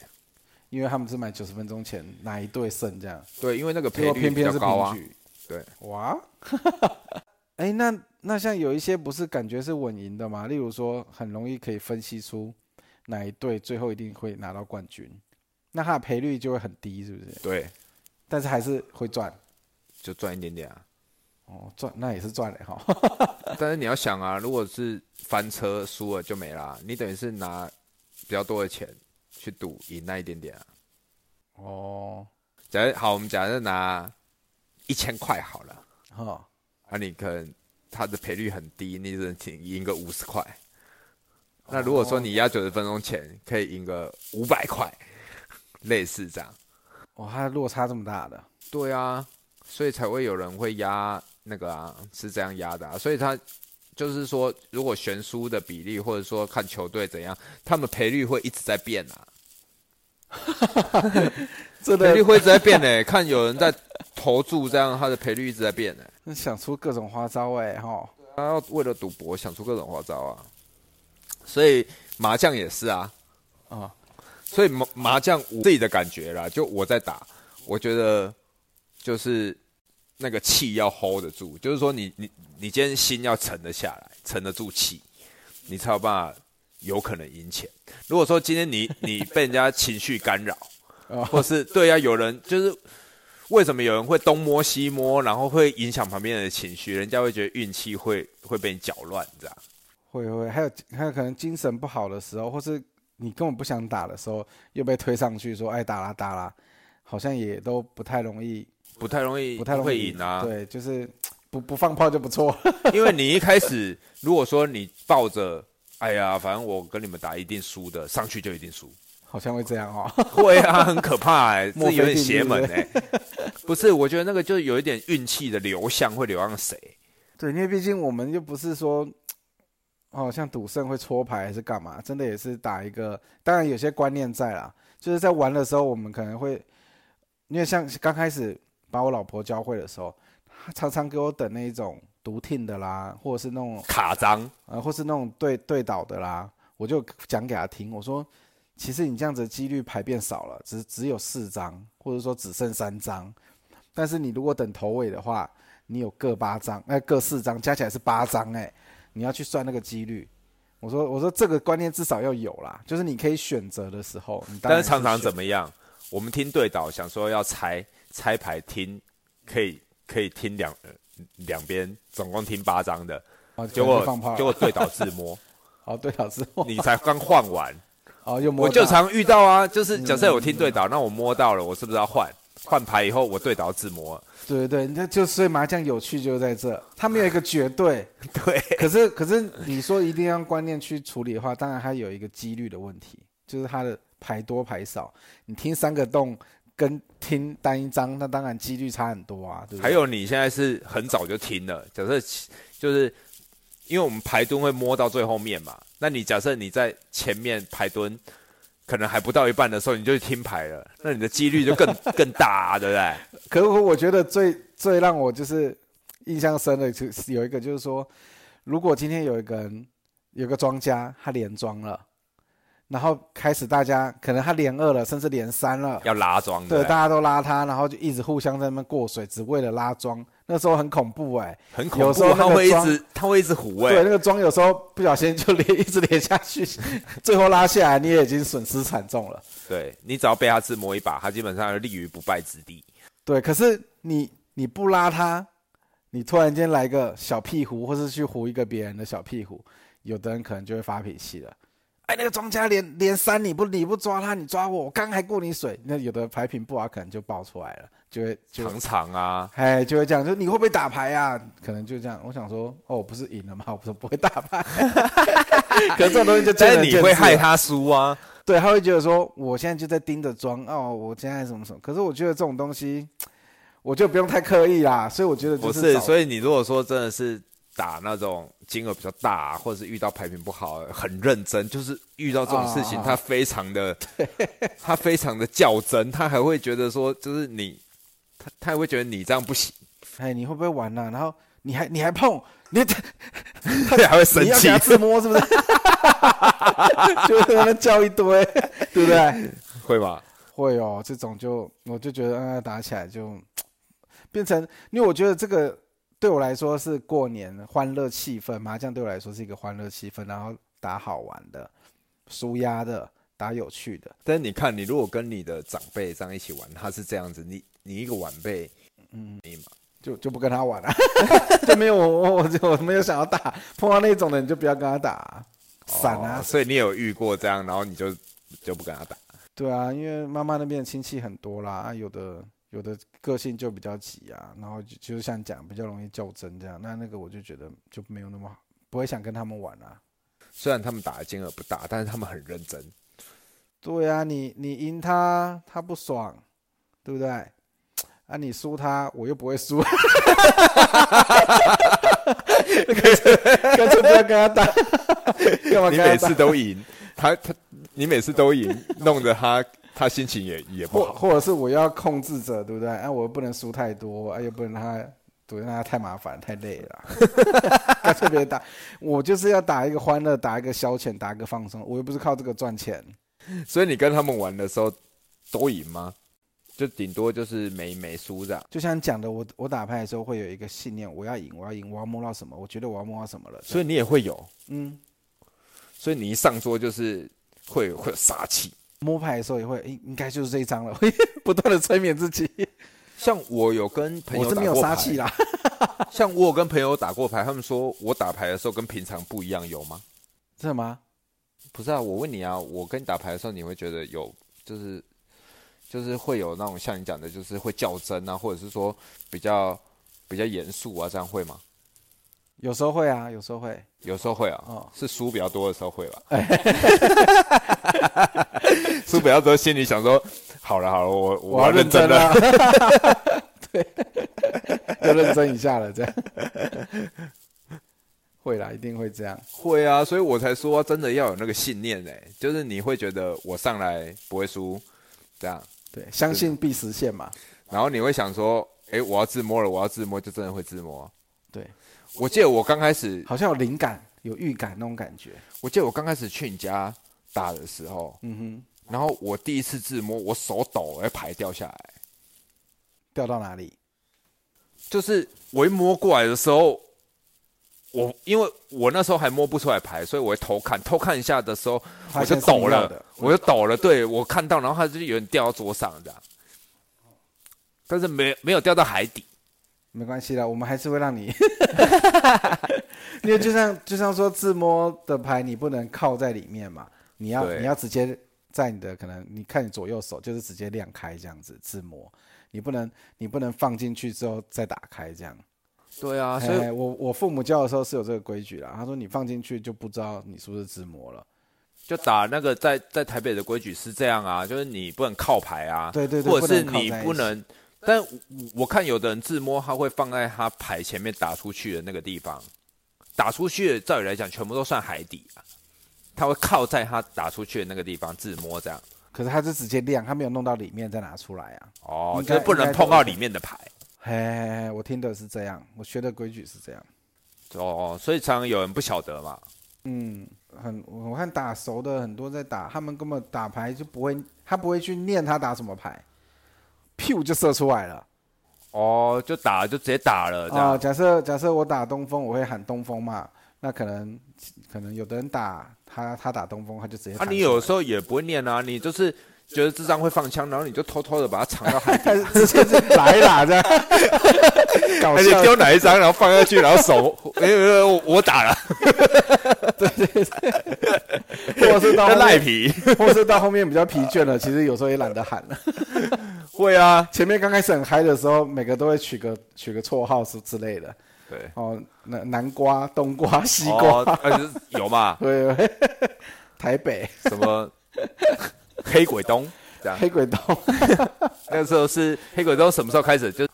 Speaker 2: 因为他们是买九十分钟前哪一队胜这样，
Speaker 1: 对，因为那个
Speaker 2: 结
Speaker 1: 赔
Speaker 2: 果
Speaker 1: 率
Speaker 2: 偏
Speaker 1: 比
Speaker 2: 偏
Speaker 1: 较
Speaker 2: 是
Speaker 1: 高
Speaker 2: 平
Speaker 1: 啊。
Speaker 2: 局。
Speaker 1: 对，
Speaker 2: 哇，哎、那那像有一些不是感觉是稳赢的嘛？例如说，很容易可以分析出哪一队最后一定会拿到冠军，那它的赔率就会很低，是不是？
Speaker 1: 对，
Speaker 2: 但是还是会赚
Speaker 1: 就赚一点点 啊。
Speaker 2: 哦，赚那也是赚的哈。
Speaker 1: 但是你要想啊，如果是翻车输了就没啦，你等于是拿比较多的钱去赌赢那一点点啊。
Speaker 2: 哦，
Speaker 1: 假设好，我们假设拿一千块好了，
Speaker 2: 哈，
Speaker 1: 啊，你可能它的赔率很低，你只能请赢个五十块。那如果说你压九十分钟前可以赢个五百块，类似这样。
Speaker 2: 哇，它的落差这么大的，
Speaker 1: 对啊，所以才会有人会压那个啊，是这样压的啊。所以他就是说，如果悬殊的比例，或者说看球队怎样，他们赔率会一直在变啊，
Speaker 2: 这
Speaker 1: 赔率
Speaker 2: 的
Speaker 1: 会一直在变呢、看有人在投注这样，他的赔率一直在变欸呢、
Speaker 2: 想出各种花招哎、哈，
Speaker 1: 他要为了赌博想出各种花招啊。所以麻将也是啊，
Speaker 2: 啊，
Speaker 1: 所以麻麻将我自己的感觉啦，就我在打，我觉得就是那个气要 hold 得住，就是说你你你今天心要沉得下来，沉得住气，你才有办法有可能赢钱。如果说今天你你被人家情绪干扰，
Speaker 2: 哦
Speaker 1: 或是对呀、有人就是。为什么有人会东摸西摸，然后会影响旁边人的情绪？人家会觉得运气会会被你搅乱，这样。
Speaker 2: 会会，还有还有可能精神不好的时候，或是你根本不想打的时候，又被推上去说哎打啦打啦，好像也都不太容易，
Speaker 1: 不太容易，
Speaker 2: 不太容易
Speaker 1: 会赢啊。
Speaker 2: 对，就是不不放炮就不错。
Speaker 1: 因为你一开始如果说你抱着，哎呀，反正我跟你们打一定输的，上去就一定输，
Speaker 2: 好像会这样哦。
Speaker 1: 会啊，很可怕哎、这
Speaker 2: 墨菲
Speaker 1: 有点
Speaker 2: 定律
Speaker 1: 邪门哎、不是，我觉得那个就有一点运气的流向会流向谁，
Speaker 2: 对，因为毕竟我们又不是说，哦，像赌圣会搓牌还是干嘛，真的也是打一个。当然有些观念在啦，就是在玩的时候，我们可能会，因为像刚开始把我老婆教会的时候，她常常给我等那一种独听的啦，或者是那种
Speaker 1: 卡张
Speaker 2: 呃，或是那种对对倒的啦，我就讲给他听，我说，其实你这样子的几率牌变少了，只只有四张，或者说只剩三张，但是你如果等头尾的话，你有各八张，哎、各四张，加起来是八张、哎，你要去算那个几率。我说我说这个观念至少要有啦，就是你可以选择的时候，你当
Speaker 1: 但
Speaker 2: 然
Speaker 1: 是常常
Speaker 2: 选
Speaker 1: 怎么样？我们听对倒想说要拆拆牌听，可以可以听两呃两边，总共听八张的，
Speaker 2: 哦，
Speaker 1: 结
Speaker 2: 可能
Speaker 1: 果
Speaker 2: 就放炮
Speaker 1: 结
Speaker 2: 了，
Speaker 1: 果对倒自 摸，
Speaker 2: 哦对，老师，我
Speaker 1: 你才刚换完，
Speaker 2: 哦又摸
Speaker 1: 我就
Speaker 2: 到嗯
Speaker 1: 常遇到啊，就是假设我听对倒，那我摸到了，我是不是要换？换牌以后我对倒自摸，
Speaker 2: 对对对，那就所以麻将有趣就在这，它没有一个绝对，
Speaker 1: 对，
Speaker 2: 可是可是你说一定要用观念去处理的话，当然它有一个几率的问题，就是它的牌多牌少，你听三个洞跟听单一张，那当然几率差很多啊，对不对？
Speaker 1: 还有你现在是很早就停了，假设起就是因为我们排蹲会摸到最后面嘛，那你假设你在前面排蹲，可能还不到一半的时候你就停牌了，那你的几率就更 更大、啊，对不对？
Speaker 2: 可是我觉得最最让我就是印象深的，就是有一个就是说，如果今天有一个人有个庄家他连庄了，然后开始大家可能他连二了，甚至连三了，
Speaker 1: 要拉庄
Speaker 2: 对，
Speaker 1: 的，
Speaker 2: 大家都拉他，然后就一直互相在那边过水，只为了拉庄。那时候很恐怖哎、
Speaker 1: 很恐
Speaker 2: 有时候
Speaker 1: 怖，
Speaker 2: 那个
Speaker 1: 他会一
Speaker 2: 庄
Speaker 1: 直他会一直欸虎
Speaker 2: 对，
Speaker 1: 位，
Speaker 2: 那个庄有时候不小心就连 一直连下去，最后拉下来你也已经损失惨重了。
Speaker 1: 对你只要被他自摸一把，他基本上就立于不败之地。
Speaker 2: 对，可是你你不拉他，你突然间来个小屁胡，或是去胡一个别人的小屁胡，有的人可能就会发脾气了。哎，那个庄家连连三你不你不抓他，你抓我，我刚还过你水。那有的牌品不好，可能就爆出来了，就会就
Speaker 1: 常常啊，
Speaker 2: 哎，就会这样，就你会不会打牌啊？可能就这样。我想说，哦，我不是赢了吗？我不是不会打牌， 可是这种东西就见
Speaker 1: 但
Speaker 2: 仁
Speaker 1: 是你
Speaker 2: 见
Speaker 1: 会
Speaker 2: 智
Speaker 1: 害
Speaker 2: 了，
Speaker 1: 他输啊。
Speaker 2: 对，他会觉得说，我现在就在盯着装哦，我现在什么什么。可是我觉得这种东西，我就不用太刻意啦。所以我觉得就
Speaker 1: 不是，
Speaker 2: 以
Speaker 1: 所以你如果说真的是打那种金额比较大、或者是遇到排名不好，很认真，就是遇到这种事情，
Speaker 2: 啊
Speaker 1: 他非常的，他非常的较真，他还会觉得说，就是你，他他还会觉得你这样不行，
Speaker 2: 哎，你会不会玩呢、然后你还你还碰，你
Speaker 1: 他还会生
Speaker 2: 你要
Speaker 1: 气
Speaker 2: 给他。自摸是不 是？就在那边叫一堆，对不对？
Speaker 1: 会吧？
Speaker 2: 会哦，这种就我就觉得，嗯、打起来就变成，因为我觉得这个对我来说是过年欢乐气氛，麻将对我来说是一个欢乐气氛，然后打好玩的、舒压的、打有趣的，
Speaker 1: 但是你看，你如果跟你的长辈这样一起玩，他是这样子，你你一个晚辈，
Speaker 2: 就就不跟他玩了、 就没有我我我就我没有想要打，碰到那种的你就不要跟他打、散啊
Speaker 1: 哦，所以你有遇过这样，然后你就就不跟他打。
Speaker 2: 对啊，因为妈妈那边的亲戚很多啦，啊、有的有的个性就比较急啊，然后就就是像你讲比较容易较真这样，那那个我就觉得就没有那么好，不会想跟他们玩啊。
Speaker 1: 虽然他们打的金额不大，但是他们很认真。
Speaker 2: 对啊，你你赢他他不爽，对不对？啊，你输他我又不会输，干脆干脆不要跟他打，干嘛
Speaker 1: 你
Speaker 2: 跟他
Speaker 1: 每
Speaker 2: 打
Speaker 1: 次？都赢，他他你每次都赢， 弄得他他心情也也不
Speaker 2: 或
Speaker 1: 好。
Speaker 2: 或者是我要控制着，对不对？啊，我又不能输太多，啊，又不能让他，对，让他太麻烦太累了， 干脆别打。我就是要打一个欢乐，打一个消遣，打一个放松，我又不是靠这个赚钱。
Speaker 1: 所以你跟他们玩的时候都赢吗？就顶多就是没没输这样。
Speaker 2: 就像你讲的，我我打牌的时候会有一个信念，我要赢，我要赢，我要摸到什么，我觉得我要摸到什么了。
Speaker 1: 所以你也会有，
Speaker 2: 嗯，
Speaker 1: 所以你一上桌就是会有会有杀气。
Speaker 2: 摸牌的时候也会，诶应该就是这一张了， 会不断的催眠自己。
Speaker 1: 像我有跟朋
Speaker 2: 我
Speaker 1: 友
Speaker 2: 是
Speaker 1: 打
Speaker 2: 没有
Speaker 1: 过
Speaker 2: 杀
Speaker 1: 牌，
Speaker 2: 气啦，
Speaker 1: 像我有跟朋友打过牌，他们说我打牌的时候跟平常不一样，有吗？
Speaker 2: 真的吗？
Speaker 1: 不是啊，我问你啊，我跟你打牌的时候，你会觉得有就是就是会有那种像你讲的，就是会较真啊，或者是说比较比较严肃啊，这样会吗？
Speaker 2: 有时候会啊，有时候会。
Speaker 1: 有时候会啊，
Speaker 2: 哦
Speaker 1: 是输比较多的时候会吧。 输比较多，心里想说，好了好了，我
Speaker 2: 我
Speaker 1: 我要
Speaker 2: 要认
Speaker 1: 认
Speaker 2: 真
Speaker 1: 真了。
Speaker 2: 了， 对，要认真一下了，这样 会啦，一定会这样。
Speaker 1: 会啊，所以我才说、真的要有那个信念哎、就是你会觉得我上来不会输，这样，
Speaker 2: 对，相信必实现嘛。
Speaker 1: 然后你会想说，哎、我要自摸了，我要自摸，就真的会自摸。
Speaker 2: 对，
Speaker 1: 我记得我刚开始
Speaker 2: 好像有灵感、有预感那种感觉。
Speaker 1: 我记得我刚开始去你家打的时候，
Speaker 2: 嗯哼，
Speaker 1: 然后我第一次自摸，我手抖，哎，牌掉下来。
Speaker 2: 掉到哪里？
Speaker 1: 就是我一摸过来的时候，我因为我那时候还摸不出来牌，所以我会偷看，偷看一下的时候我
Speaker 2: 发
Speaker 1: 就
Speaker 2: 现是
Speaker 1: 抖
Speaker 2: 一样
Speaker 1: 了
Speaker 2: 的，
Speaker 1: 我就抖了，对我看到，然后它就有点掉到桌上这样，但是没没有掉到海底，
Speaker 2: 没关系啦，我们还是会让你， 因为就像就像说自摸的牌，你不能靠在里面嘛，你要
Speaker 1: 对
Speaker 2: 你要直接在你的可能你看你左右手就是直接亮开这样子自摸，你不能你不能放进去之后再打开这样。
Speaker 1: 对啊，所以
Speaker 2: 哎我我父母教的时候是有这个规矩啦，他说你放进去就不知道你是不是自摸了。
Speaker 1: 就打那个在在台北的规矩是这样啊，就是你不能靠牌啊，
Speaker 2: 对对对
Speaker 1: 或者是
Speaker 2: 不能靠在一
Speaker 1: 你
Speaker 2: 起
Speaker 1: 不能。但我我看有的人自摸，他会放在他牌前面打出去的那个地方，打出去的照理来讲全部都算海底啊，他会靠在他打出去的那个地方自摸这样。
Speaker 2: 可是他是直接亮，他没有弄到里面再拿出来啊。
Speaker 1: 哦，
Speaker 2: 应
Speaker 1: 就
Speaker 2: 该
Speaker 1: 是不能碰到里面的牌
Speaker 2: 嘿嘿嘿，我听的是这样，我学的规矩是这样。
Speaker 1: 哦，所以常常有人不晓得嘛。
Speaker 2: 嗯，很我我看打熟的很多在打，他们根本打牌就不会，他不会去念他打什么牌，屁股就射出来了。
Speaker 1: 哦，就打就直接打了这
Speaker 2: 啊、
Speaker 1: 样。
Speaker 2: 假设假设我打东风，我会喊东风嘛，那可能可能有的人打他他打东风，他就直接
Speaker 1: 啊，
Speaker 2: 弹
Speaker 1: 你
Speaker 2: 出
Speaker 1: 有
Speaker 2: 来
Speaker 1: 时候也不会念啊，你就是觉得智障会放枪，然后你就偷偷的把它藏到海底。
Speaker 2: 他直接是来啦这样， 搞
Speaker 1: 而且
Speaker 2: 笑
Speaker 1: 丢哪一张，然后放下去，然后手，哎、欸，我我打了，
Speaker 2: 或者是到
Speaker 1: 那
Speaker 2: 后
Speaker 1: 赖
Speaker 2: 面，
Speaker 1: 皮，
Speaker 2: 或者是到后面比较疲倦了，其实有时候也懒得喊了。
Speaker 1: 会啊，
Speaker 2: 前面刚开始很嗨的时候，每个都会取个取个绰号是之类的，
Speaker 1: 对，
Speaker 2: 哦，南南瓜、冬瓜、西瓜。
Speaker 1: 哦呃有嘛，
Speaker 2: 对，对对 台北
Speaker 1: 什么黑鬼东这样，
Speaker 2: 黑鬼洞，
Speaker 1: 那时候是黑鬼东什么时候开始？就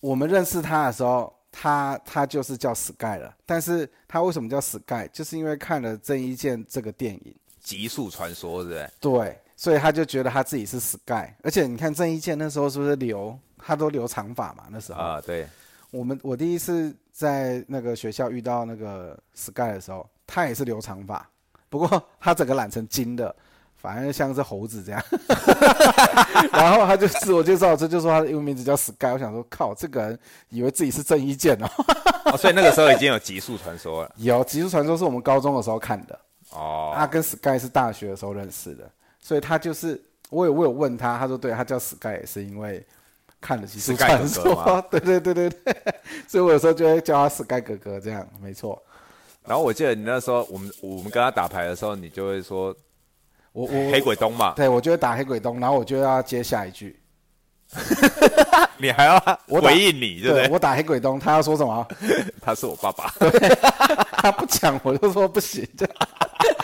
Speaker 2: 我们认识他的时候，他他就是叫 Sky 了，但是他为什么叫 Sky，就是因为看了郑伊健这个电影，
Speaker 1: 极速传说，对不对？
Speaker 2: 对，所以他就觉得他自己是 Sky，而且你看郑伊健那时候是不是留他都留长发嘛？那时候、
Speaker 1: 啊、对，
Speaker 2: 我们我第一次在那个学校遇到那个 Sky 的时候，他也是留长发，不过 他整个染成金的，反正像是猴子这样。 然后他就自我介绍，这就说他的英文名字叫 Sky。我想说，靠，这个人以为自己是郑伊健哦。
Speaker 1: 哦，所以那个时候已经有极速传说了，
Speaker 2: 有《极速传说》是我们高中的时候看的，
Speaker 1: 哦，
Speaker 2: 他跟 Sky 是大学的时候认识的，所以他就是我有我有问他，他说对，他叫 Sky 也是因为看了《极速
Speaker 1: Sky
Speaker 2: 传
Speaker 1: 哥
Speaker 2: 说
Speaker 1: 哥吗》
Speaker 2: 对对对对对，所以我有时候就会叫他 Sky 哥哥这样，没错。
Speaker 1: 然后我记得你那时候，我们我们跟他打牌的时候，你就会说
Speaker 2: 我我
Speaker 1: 黑鬼东嘛，
Speaker 2: 对我就会打黑鬼东，然后我就要接下一句。
Speaker 1: 你还要他
Speaker 2: 我打
Speaker 1: 回应你，对不对？
Speaker 2: 我打黑鬼东，他要说什么，
Speaker 1: 他是我爸爸，
Speaker 2: 他不讲我就说不行， 这样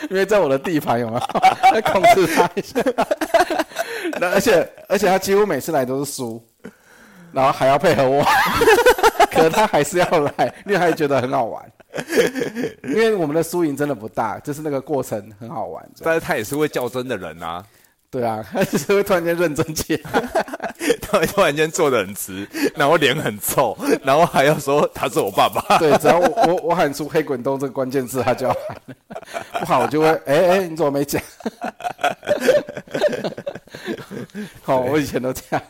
Speaker 2: 因为在我的地盘有没 有？来控制他一下。 那而且而且他几乎每次来都是输，然后还要配合我， 可他还是要来，因为他也觉得很好玩。因为我们的输赢真的不大，就是那个过程很好玩。这样
Speaker 1: 但是他也是会较真的人啊，
Speaker 2: 对啊，他就是会突然间认真起来。
Speaker 1: 他会突然间坐得很直，然后脸很臭，然后还要说他是我爸爸。
Speaker 2: 对，只要我我我喊出“黑滚动”这个关键字，他就要喊了。不好，我就会哎哎、你怎么没讲？好，我以前都这样。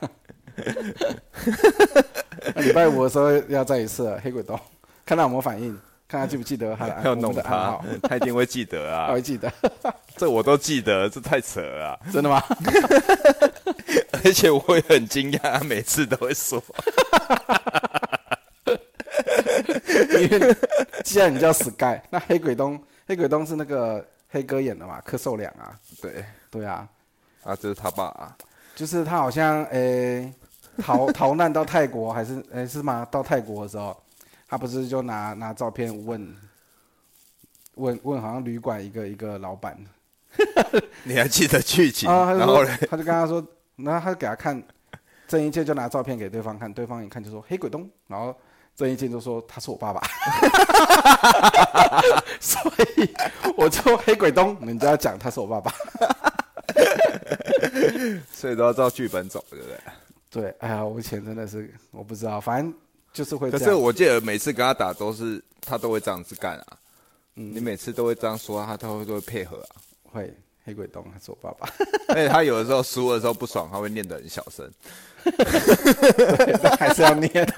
Speaker 2: 那礼拜五的时候要再一次了黑滚动，看他有没有反应，看他记不记得他的暗
Speaker 1: 要
Speaker 2: 我
Speaker 1: 弄
Speaker 2: 们的暗
Speaker 1: 他
Speaker 2: 号，，
Speaker 1: 他一定会记得
Speaker 2: 他
Speaker 1: 啊！
Speaker 2: 会记得，
Speaker 1: 这我都记得，这太扯了啊、
Speaker 2: 真的吗？
Speaker 1: 而且我也很惊讶，他每次都会说。
Speaker 2: 因为既然你叫 Sky，那黑鬼东黑鬼东是那个黑哥演的嘛，柯受良啊，
Speaker 1: 对，
Speaker 2: 对啊，
Speaker 1: 啊，这是他爸、啊。
Speaker 2: 就是他好像诶、逃 逃难到泰国还是诶、是吗？到泰国的时候，他不是就拿拿照片问问问好像旅馆一个一个老板
Speaker 1: 你还记得剧情？
Speaker 2: 啊，他就
Speaker 1: 然后
Speaker 2: 说
Speaker 1: 嘞，
Speaker 2: 他就跟他说，然后他就给他看郑伊健就拿照片给对方看，对方一看就说黑鬼东，然后郑伊健就说他是我 爸爸，所以我就黑鬼东，你就要讲他是我爸爸。
Speaker 1: 所以都要照剧本走，对不对？
Speaker 2: 对，哎呀，我以前真的是我不知道，反正就是会这
Speaker 1: 可
Speaker 2: 样。
Speaker 1: 是我记得每次跟他打都是他都会这样子干啊。你每次都会这样说，他都会都会配合啊。
Speaker 2: 会黑鬼洞，他是我爸 爸。
Speaker 1: 而且他有的时候输的时候不爽，他会念得很小声。
Speaker 2: 对，但还是要念。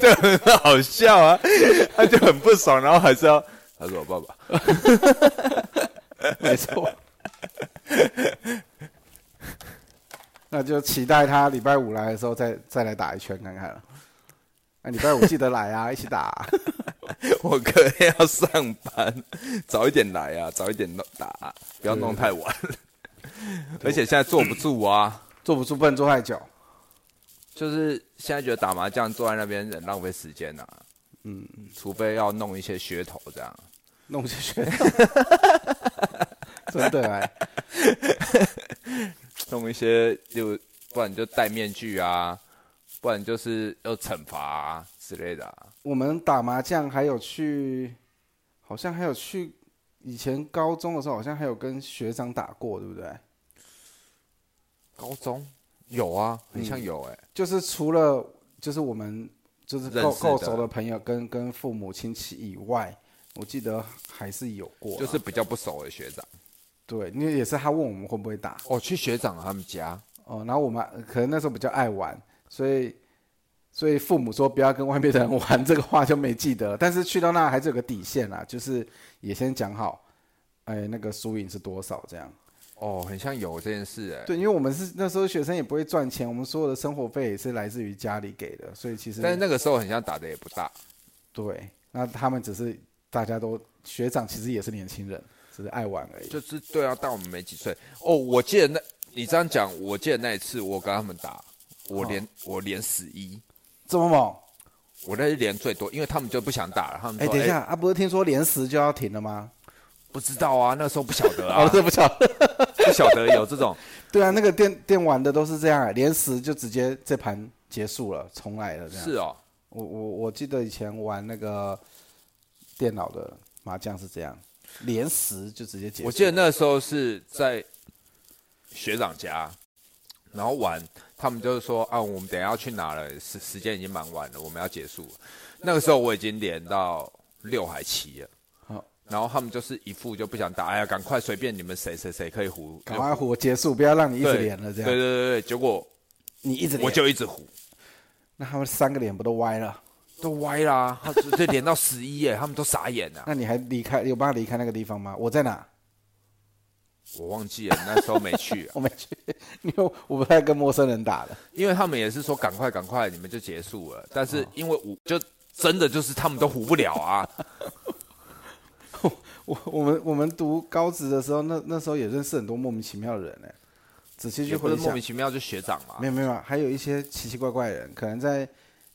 Speaker 1: 这很好笑啊，他就很不爽，然后还是要他是我爸 爸，
Speaker 2: 没错。 那就期待他礼拜五来的时候再再来打一圈看看了。那、礼拜五记得来啊，一起打、
Speaker 1: 我哥要上班，早一点来啊，早一点弄打啊，不要弄太晚。而且现在坐不住啊，
Speaker 2: 坐不住不能坐太久。
Speaker 1: 就是现在觉得打麻将坐在那边很浪费时间呐、啊。嗯，除非要弄一些噱头这样。
Speaker 2: 弄些学， 真的哎、
Speaker 1: 弄一些就不然就戴面具啊，不然就是要惩罚啊之类的、啊。
Speaker 2: 我们打麻将还有去，好像还有去以前高中的时候，好像还有跟学长打过，对不对？
Speaker 1: 高中有啊，很像有哎、
Speaker 2: 就是除了就是我们就是
Speaker 1: 认
Speaker 2: 够
Speaker 1: 识的
Speaker 2: 够熟的朋友跟跟父母亲戚以外，我记得还是有过啦，
Speaker 1: 就是比较不熟的学长。
Speaker 2: 对，因为也是他问我们会不会打
Speaker 1: 哦，去学长他们家，
Speaker 2: 哦，然后我们呃可能那时候比较爱玩，所以所以父母说不要跟外面的人玩，这个话就没记得了。但是去到那还是有个底线啦，就是也先讲好，哎，那个输赢是多少这样。
Speaker 1: 哦，很像有这件事哎、
Speaker 2: 对，因为我们是那时候学生也不会赚钱，我们所有的生活费也是来自于家里给的，所以其实
Speaker 1: 但是那个时候很像打的也不大，
Speaker 2: 对，那他们只是大家都学长，其实也是年轻人，只是爱玩而已。
Speaker 1: 就是对啊，但我们没几岁。哦，我记得那，你这样讲，我记得那一次我跟他们打，我连、
Speaker 2: 嗯
Speaker 1: 我连十一，
Speaker 2: 这么猛？
Speaker 1: 我那是连最多，因为他们就不想打了，他们
Speaker 2: 哎，
Speaker 1: 说
Speaker 2: 等一下，啊，不是听说连十就要停了吗？
Speaker 1: 不知道啊，那时候不晓得
Speaker 2: 哦
Speaker 1: 啊，，
Speaker 2: 这不巧。
Speaker 1: 不晓得有这种，
Speaker 2: 对啊，那个电电玩的都是这样、欸，连十就直接这盘结束了，重来了这样。
Speaker 1: 是哦，
Speaker 2: 我我我记得以前玩那个电脑的麻将是这样，连十就直接结束。
Speaker 1: 我记得那时候是在学长家，然后玩，他们就是说啊，我们等一下要去哪了，时时间已经蛮晚了，我们要结束了。那个时候我已经连到六还七了，
Speaker 2: 好
Speaker 1: 然后他们就是一副就不想打，哎呀，赶快随便你们谁谁谁可以胡，
Speaker 2: 赶快胡结束，不要让你一
Speaker 1: 一
Speaker 2: 直连了
Speaker 1: 对
Speaker 2: 这样。
Speaker 1: 对对对，结果
Speaker 2: 你一直连，
Speaker 1: 我就一直胡，
Speaker 2: 那他们三个脸不都歪了？
Speaker 1: 都歪啦，他直接连到十一耶，他们都傻眼啊了、
Speaker 2: 那你还离开有办法离开那个地方吗？我在哪？
Speaker 1: 我忘记了，那时候没去、啊，
Speaker 2: 我没去，因为我不太跟陌生人打的。
Speaker 1: 因为他们也是说赶快赶快，你们就结束了。但
Speaker 2: 嗯
Speaker 1: 是因为我就真的就是他们都胡不了啊，
Speaker 2: 我我们我们读高职的时候，那那时候也认识很多莫名其妙的人哎、仔细去
Speaker 1: 也不
Speaker 2: 回
Speaker 1: 是
Speaker 2: 想
Speaker 1: 莫，名其妙就学长嘛
Speaker 2: 没。有没有，啊还有一些奇奇怪怪的人，可能在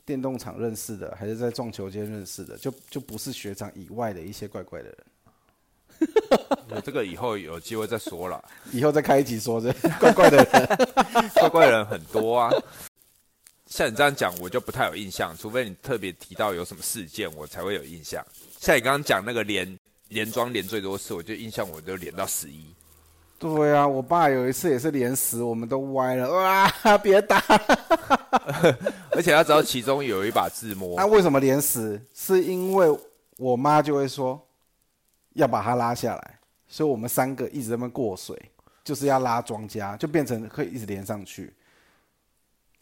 Speaker 2: 电动场认识的，还是在撞球间认识的，就就不是学长以外的一些怪怪的人。
Speaker 1: 我这个以后有机会再说了，
Speaker 2: 以后再开一集说这 怪怪的人，
Speaker 1: 怪怪人很多啊。像你这样讲，我就不太有印象，除非你特别提到有什么事件，我才会有印象。像你刚刚讲那个连连庄连最多次，我就印象我就连到十一。
Speaker 2: 对啊，我爸有一次也是连死，我们都歪了，哇，别打！
Speaker 1: 而且他只要其中有一把自摸
Speaker 2: 那，为什么连死？是因为我妈就会说要把他拉下来，所以我们三个一直在那边过水，就是要拉庄家，就变成可以一直连上去。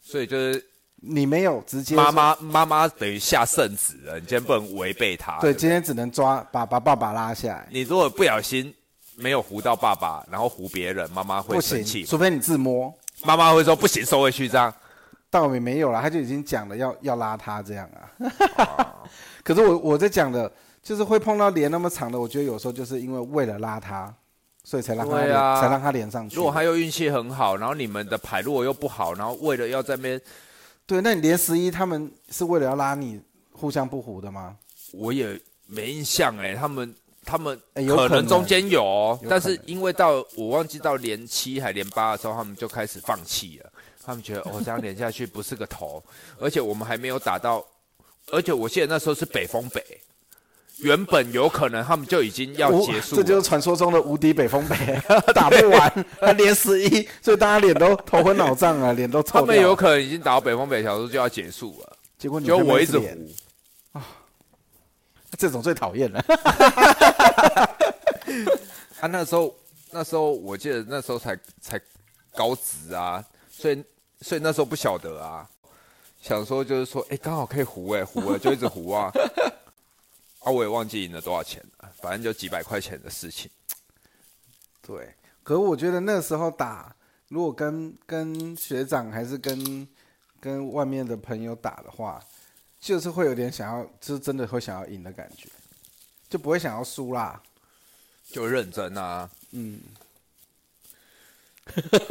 Speaker 1: 所以就是
Speaker 2: 你没有直接
Speaker 1: 妈妈妈妈等于下圣旨了，你今天不能违背她。
Speaker 2: 对，今天只能抓把把爸爸拉下来，
Speaker 1: 你如果不小心没有糊到爸爸，然后糊别人，妈妈会
Speaker 2: 不
Speaker 1: 生
Speaker 2: 行，
Speaker 1: 气，
Speaker 2: 除非你自摸。
Speaker 1: 妈妈会说不行，收回去这样。
Speaker 2: 但我们没有了，他就已经讲了要要拉他这样 啊。可是我我在讲的，就是会碰到连那么长的，我觉得有时候就是因为为了拉他，所以才让他
Speaker 1: 对
Speaker 2: 连、
Speaker 1: 啊
Speaker 2: 才让他连上去。
Speaker 1: 如果他又运气很好，然后你们的牌如果又不好，然后为了要在那边，
Speaker 2: 对，那你连十一他们是为了要拉你，互相不糊的吗？
Speaker 1: 我也没印象哎、他们他们
Speaker 2: 哎有可
Speaker 1: 能
Speaker 2: 能
Speaker 1: 中间有哦，
Speaker 2: 有可能
Speaker 1: 但是因为到我忘记到连七还连八的时候，他们就开始放弃了。他们觉得哦，这样连下去不是个头， 而且我们还没有打到，而且我记得那时候是北风北，原本有可能他们就已经要
Speaker 2: 无
Speaker 1: 结束了，啊
Speaker 2: 这就是传说中的无敌北风北， 打不 完，还连十一，所以大家脸都头昏脑胀啊，脸都臭掉
Speaker 1: 他
Speaker 2: 了。
Speaker 1: 们有可能已经打到北方北小时就要结束了，
Speaker 2: 结果你
Speaker 1: 就
Speaker 2: 他妈
Speaker 1: 我一直
Speaker 2: 连啊
Speaker 1: 胡，
Speaker 2: 这种最讨厌了。
Speaker 1: 啊，那时候那时候我记得那时候才才高职啊，所以所以那时候不晓得啊。想说就是说，哎、刚好可以胡哎、胡了就一直胡 啊。啊，我也忘记赢了多少钱了，反正就几百块钱的事情。
Speaker 2: 对， 可是我觉得那时候打，如果跟跟学长还是跟跟外面的朋友打的话，就是会有点想要，就是真的会想要赢的感觉，就不会想要输啦。
Speaker 1: 就认真啊。
Speaker 2: 嗯，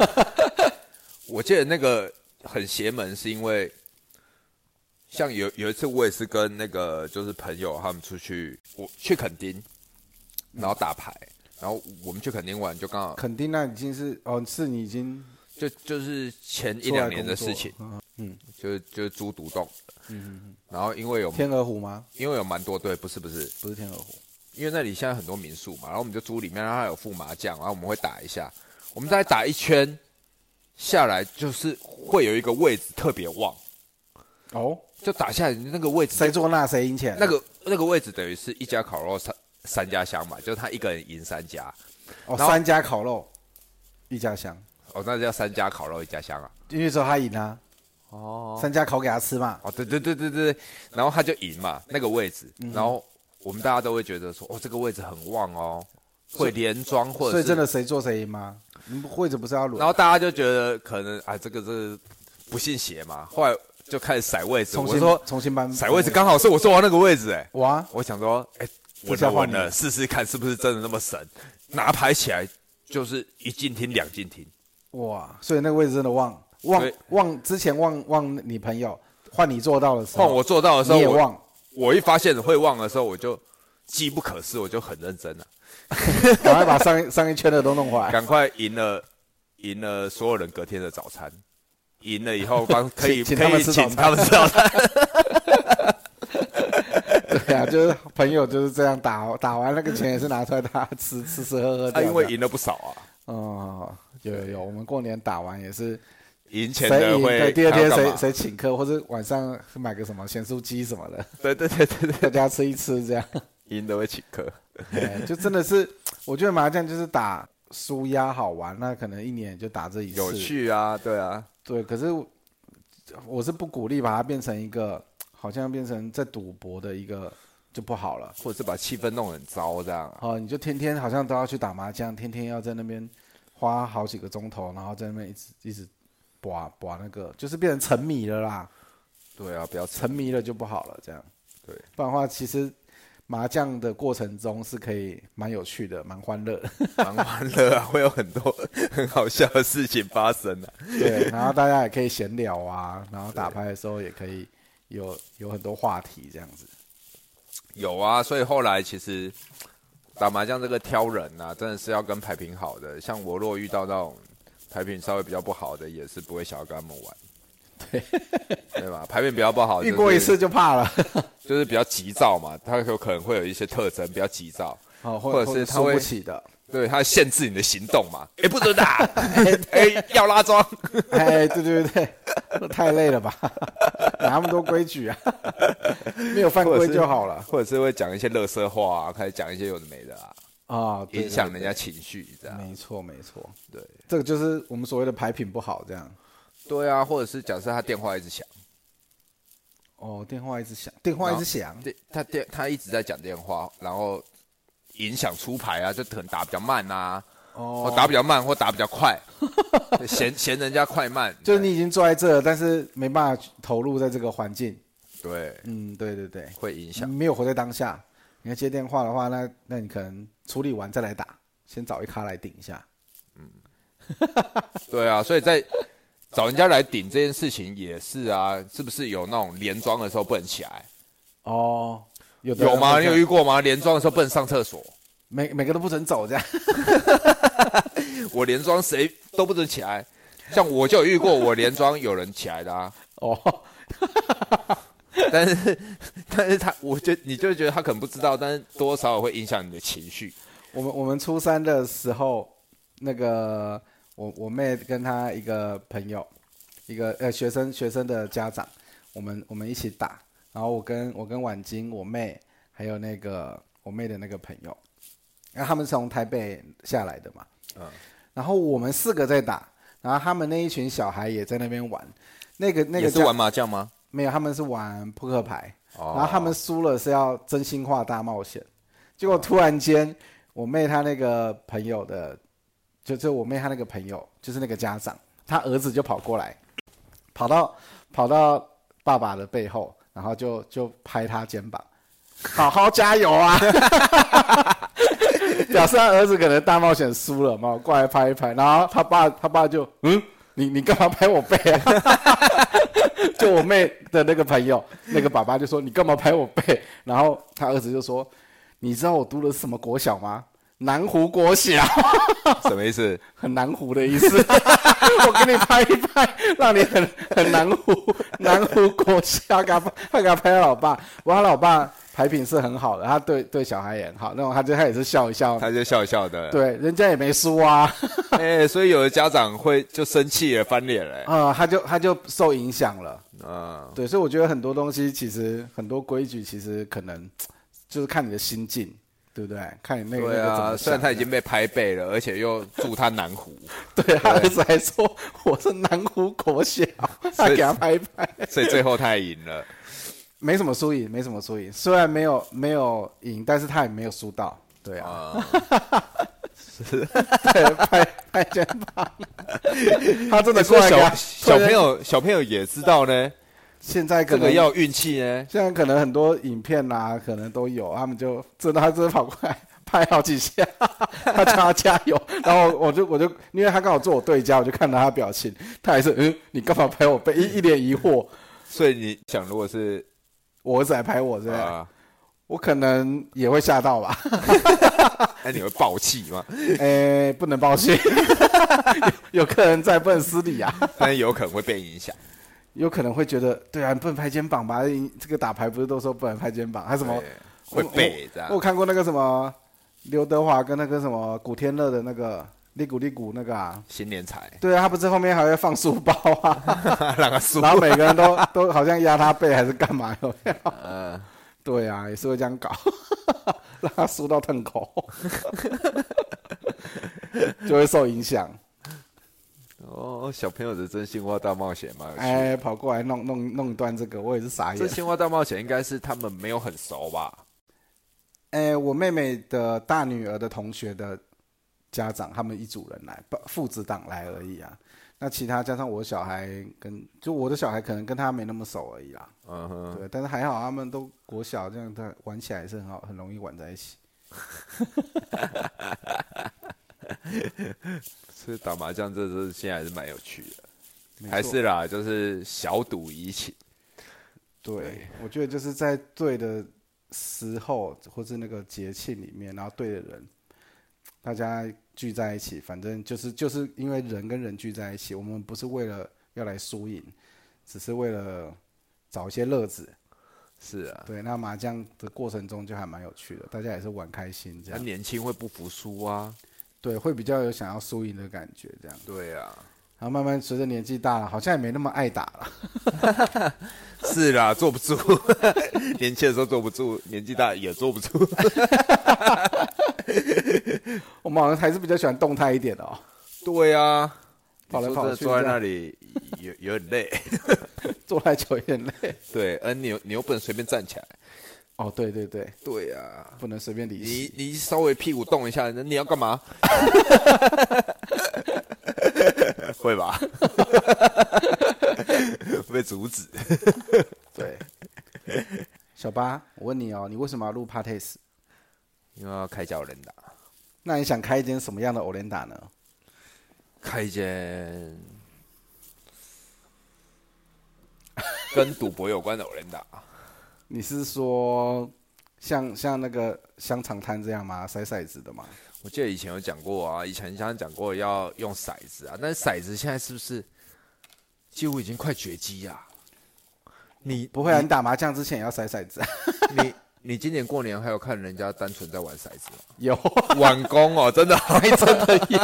Speaker 1: 我记得那个很邪门，是因为像有有一次我也是跟那个就是朋友他们出去，我去垦丁，
Speaker 2: 嗯
Speaker 1: 然后打牌，然后我们去垦丁玩，就刚好
Speaker 2: 肯定那已经是哦，是你已经
Speaker 1: 就就是前一
Speaker 2: 出来
Speaker 1: 两年的
Speaker 2: 工作
Speaker 1: 事情，
Speaker 2: 了。嗯，
Speaker 1: 就是就是租独栋，然后因为有
Speaker 2: 天鹅湖吗？
Speaker 1: 因为有蛮多对，不是不是，
Speaker 2: 不是天鹅湖，
Speaker 1: 因为那里现在很多民宿嘛，然后我们就租里面，然后它有副麻将，然后我们会打一下，我们大概打一圈下来，就是会有一个位置特别旺，
Speaker 2: 哦，
Speaker 1: 就打下来那个位置
Speaker 2: 谁做那谁赢钱。啊
Speaker 1: 那个那个位置等于是一家烤肉三三家香嘛，就是他一个人赢三家，
Speaker 2: 哦，
Speaker 1: 然后
Speaker 2: 三家烤肉，一家香，
Speaker 1: 哦，那叫三家烤肉一家香啊。
Speaker 2: 因为只有他赢啊，
Speaker 1: 哦，
Speaker 2: 三家烤给他吃嘛。
Speaker 1: 哦，对对对对对，然后他就赢嘛，那个位置，
Speaker 2: 嗯
Speaker 1: 然后我们大家都会觉得说，哦，这个位置很旺哦，会连庄或者
Speaker 2: 所以
Speaker 1: 是
Speaker 2: 真的，谁做谁赢吗？你们会者不是要轮
Speaker 1: 然？后大家就觉得可能啊，这个是不信邪嘛，后来就开始甩位置，
Speaker 2: 重
Speaker 1: 我
Speaker 2: 新嗯
Speaker 1: 说
Speaker 2: 重新搬
Speaker 1: 甩位置刚好是我坐到那个位置、哎，
Speaker 2: 哇，
Speaker 1: 我想说，哎、
Speaker 2: 这
Speaker 1: 稳
Speaker 2: 下
Speaker 1: 了
Speaker 2: 换
Speaker 1: 稳
Speaker 2: 你
Speaker 1: 了，试试看是不是真的那么神，拿牌起来就是一进厅两进厅。
Speaker 2: 哇，所以那个位置真的忘忘
Speaker 1: 对
Speaker 2: 忘之前忘忘你朋友，换你做到的时候，
Speaker 1: 换我做到的时候，
Speaker 2: 哦你也
Speaker 1: 我
Speaker 2: 忘，
Speaker 1: 我一发现会忘的时候，我就机不可失，我就很认真了、
Speaker 2: 赶快把上一上一圈的都弄回来。
Speaker 1: 赶快赢了，赢了所有人隔天的早餐，赢了以后 帮可以
Speaker 2: 请
Speaker 1: 可
Speaker 2: 他们
Speaker 1: 以
Speaker 2: 吃
Speaker 1: 请
Speaker 2: 早餐
Speaker 1: 他们吃早 餐，
Speaker 2: 对啊，就是朋友就是这样打打完那个钱也是拿出来大家 吃吃吃喝喝
Speaker 1: 他
Speaker 2: 掉。
Speaker 1: 啊因为
Speaker 2: 这样啊
Speaker 1: 赢了不少啊，
Speaker 2: 哦，有有有，我们过年打完也是
Speaker 1: 赢钱
Speaker 2: 谁
Speaker 1: 的
Speaker 2: 赢
Speaker 1: 会
Speaker 2: 对第二天
Speaker 1: 还要干
Speaker 2: 谁
Speaker 1: 嘛
Speaker 2: 谁请客，或者晚上买个什么咸酥鸡什么的，
Speaker 1: 对对对对对，
Speaker 2: 大家吃一吃 这样。
Speaker 1: 赢的会请客，
Speaker 2: 哎就真的是，我觉得麻将就是打输压好玩，那可能一年也就打这一次。
Speaker 1: 有趣啊，对啊，
Speaker 2: 对，可是我我是不鼓励把它变成一个，好像变成在赌博的一个就不好了。
Speaker 1: 或者是把气氛弄得很糟这样啊，
Speaker 2: 哦，你就天天好像都要去打麻将，天天要在那边花好几个钟头，然后在那边一直一直刮刮那个，就是变成沉迷了啦，
Speaker 1: 对啊，不要扯
Speaker 2: 沉迷了就不好了，这样。
Speaker 1: 对，
Speaker 2: 不然的话，其实麻将的过程中是可以蛮有趣的，蛮欢乐的。
Speaker 1: 蛮欢乐啊，会有很多很好笑的事情发生啊。
Speaker 2: 对， 然后大家也可以闲聊啊，然后打牌的时候也可以有有很多话题这样子。
Speaker 1: 有啊，所以后来其实打麻将这个挑人啊，真的是要跟牌品好的。像我若遇到那种牌品稍微比较不好的，也是不会想要跟他们玩。 对，对吧？牌品比较不好、就是，
Speaker 2: 遇过一次啊就怕了，
Speaker 1: 就是比较急躁嘛，他有可能会有一些特征，比较急躁，
Speaker 2: 哦，
Speaker 1: 或者是他
Speaker 2: 输不
Speaker 1: 会
Speaker 2: 起的。
Speaker 1: 对他限制你的行动 嘛。哎、不准打，哎、要拉庄，
Speaker 2: 哎，对对对对，太累了吧？ 哪那么多规矩啊？ 没有犯规就好了
Speaker 1: 或者是会讲一些乐色话啊，开始讲一些有的没的啊，
Speaker 2: 啊，对
Speaker 1: 影响。
Speaker 2: 对
Speaker 1: 人家情绪这样。
Speaker 2: 没错没错，
Speaker 1: 对
Speaker 2: 这个就是我们所谓的牌品不好这样。
Speaker 1: 对啊，或者是假设他电话一直响。
Speaker 2: 哦，电话一直响，电话一直响，
Speaker 1: 对，他电他一直在讲电话，然后影响出牌啊，就可能打比较慢啊，或
Speaker 2: 哦，
Speaker 1: 打比较慢或打比较 快，嫌嫌人家快慢，
Speaker 2: 就是你已经坐在这了，但是没办法投入在这个环境。
Speaker 1: 对
Speaker 2: 嗯，对对对。
Speaker 1: 会影响。
Speaker 2: 没有活在当下。你要接电话的话，那那你可能处理完再来打，先找一咖来顶一下。
Speaker 1: 对啊，所以在找人家来顶这件事情也是啊，是不是有那种连庄的时候不能起来？
Speaker 2: 哦，有的人
Speaker 1: 有吗？
Speaker 2: 会
Speaker 1: 你
Speaker 2: 这样
Speaker 1: 有遇过吗？连庄的时候不能上厕所，
Speaker 2: 每每个都不准走这样。
Speaker 1: 我连庄谁都不准起来。像我就有遇过，我连庄有人起来的啊，
Speaker 2: 哦，
Speaker 1: 但是 但是他，我就你就觉得他可能不知道，但是多少少会影响你的情绪。
Speaker 2: 我们我们初三的时候，那个我我妹跟她一个朋友，一个呃学生学生的家长，我们我们一起打，然后我跟我跟婉晶，我妹还有那个我妹的那个朋友，然后他们是从台北下来的嘛，
Speaker 1: 嗯
Speaker 2: 然后我们四个在打，然后他们那一群小孩也在那边玩，那个那个
Speaker 1: 也是
Speaker 2: 家
Speaker 1: 玩麻将吗？
Speaker 2: 没有，他们是玩扑克牌，
Speaker 1: 哦
Speaker 2: 然后他们输了是要真心话大冒险，结果突然间，我妹她那个朋友的，就就我妹她那个朋友，就是那个家长，她儿子就跑过来，跑到跑到爸爸的背后，然后就就拍他肩膀，好好加油啊！ 表示他儿子可能大冒险输了嘛，过来拍一拍，然后他爸他爸就嗯，你你干嘛拍我背啊？就我妹的那个朋友， 那个爸爸就说你干嘛拍我背？然后他儿子就说，你知道我读的是什么国小吗？南湖国小，
Speaker 1: 什么意思？
Speaker 2: 很南湖的意思。 我给你拍一拍，让你很很南湖南湖国小，给他拍他给他拍他老爸，不过他老爸牌品是很好的，他对对小孩也很好，那种他就他也是笑一笑，
Speaker 1: 他就笑笑 的。
Speaker 2: 对，人家也没输啊，
Speaker 1: 哎、所以有的家长会就生气了，翻脸了、欸。
Speaker 2: 啊、他就他就受影响了。
Speaker 1: 嗯，
Speaker 2: 对，所以我觉得很多东西其实很多规矩其实可能就是看你的心境，对不对？看你那个、
Speaker 1: 对
Speaker 2: 那个怎
Speaker 1: 啊，
Speaker 2: 么
Speaker 1: 虽然他已
Speaker 2: 想
Speaker 1: 经被拍背了，而且又祝他南 湖，
Speaker 2: 对他 儿子还说我是南湖国小，他
Speaker 1: 所以
Speaker 2: 给他拍一拍，
Speaker 1: 所以最后他也赢了。
Speaker 2: 没什么输赢，没什么输赢，虽然没有没有赢，但是他也没有输到。对啊，
Speaker 1: 啊、
Speaker 2: 对，拍拍肩 膀，他真
Speaker 1: 欸
Speaker 2: 的
Speaker 1: 所
Speaker 2: 过
Speaker 1: 以
Speaker 2: 来给
Speaker 1: 小
Speaker 2: 他
Speaker 1: 小朋，
Speaker 2: 对对
Speaker 1: 友小朋友也知道呢，
Speaker 2: 现在可
Speaker 1: 这
Speaker 2: 能
Speaker 1: 个要运气呢。
Speaker 2: 现在可能很多影片啦、可能都有，他们就真的他真的跑过来拍好几下， 他叫他加油，然后我就我就因为他刚好坐我对家，我就看到他表情，他也是嗯，你干嘛拍我背？一一脸疑惑，
Speaker 1: 所以你想，如果是
Speaker 2: 我儿子来拍我，对不对？
Speaker 1: 啊，
Speaker 2: 我可能也会吓到吧，
Speaker 1: 那、你会爆气吗？
Speaker 2: 哎、不能抱歉， 有有客人在，不能失礼啊。
Speaker 1: 但是有可能会被影响。
Speaker 2: 有可能会觉得，对啊，你不能拍肩膀吧？这个打牌不是都说不能拍肩膀，还什么
Speaker 1: 对会背这样
Speaker 2: 我？我看过那个什么刘德华跟那个什么古天乐的那个利古利古那个啊，
Speaker 1: 新年财
Speaker 2: 对啊，他不是后面还会放书包啊，
Speaker 1: 让他输
Speaker 2: 然。后每个人都都好像压他背还是干嘛有没有？
Speaker 1: 嗯，
Speaker 2: 对啊，也是会这样搞， 让他输到腾口， 就会受 影响。
Speaker 1: 哦，小朋友的真心话大冒险嘛，有趣
Speaker 2: 哎，跑过来弄弄弄一段这个，我也是傻
Speaker 1: 这
Speaker 2: 眼。
Speaker 1: 青蛙大冒险应该是他们没有很熟吧？
Speaker 2: 哎，我妹妹的大女儿的同学的家长，他们一组人来，不父子档来而已啊。那其他加上我小孩跟，就我的小孩可能跟他没那么熟而已啦。
Speaker 1: 嗯哼，
Speaker 2: 对，但是还好他们都国小，这样他玩起来也是很好，很容易玩在一起。
Speaker 1: 所以打麻将这这现在还是蛮有趣的，
Speaker 2: 没
Speaker 1: 还
Speaker 2: 错
Speaker 1: 是啦，就是小赌怡情。
Speaker 2: 对，我觉得就是在对的时候或是那个节庆里面，然后对的人，大家聚在一起，反正就是就是因为人跟人聚在一起，我们不是为了要来输赢，只是为了找一些乐子。
Speaker 1: 是啊，
Speaker 2: 对，那麻将的过程中就还蛮有趣的，大家也是玩开心这
Speaker 1: 那
Speaker 2: 样，
Speaker 1: 年轻会不服输啊。
Speaker 2: 对，会比较有想要输赢的感觉这样。
Speaker 1: 对啊，
Speaker 2: 然后慢慢随着年纪大了，好像也没那么爱打了。
Speaker 1: 是啦，坐不住， 年轻的时候坐不住，年纪大也坐不住。
Speaker 2: 我们好像还是比较喜欢动态一点的哦，
Speaker 1: 对啊，
Speaker 2: 跑来
Speaker 1: 你说
Speaker 2: 跑
Speaker 1: 真的
Speaker 2: 去
Speaker 1: 坐
Speaker 2: 这
Speaker 1: 在
Speaker 2: 样
Speaker 1: 那里有有点累。
Speaker 2: 坐太久有点累。
Speaker 1: 对，嗯，你又你又不能随便站起来。
Speaker 2: 哦，对对对，
Speaker 1: 对啊，
Speaker 2: 不能随便离席。
Speaker 1: 你你稍微屁股动一下，你要干嘛？ 会吧？ 被阻止。
Speaker 2: 对，小八，我问你哦，你为什么要录 Parties？
Speaker 1: 因为要开教人打，
Speaker 2: 那你想开一间什么样的 o l e n d a 呢？
Speaker 1: 开一间跟赌博有关的人打，
Speaker 2: 你是说像像那个香肠摊这样吗？筛骰子的吗？
Speaker 1: 我记得以前有讲过啊，以前像讲过要用骰子啊，但是骰子现在是不是几乎已经快绝迹啊？你
Speaker 2: 不会啊，你打麻将之前也要筛骰子啊。
Speaker 1: 你你今年过年还有看人家单纯在玩骰子吗？哦
Speaker 2: 有
Speaker 1: 晚工哦，真的，还真的有。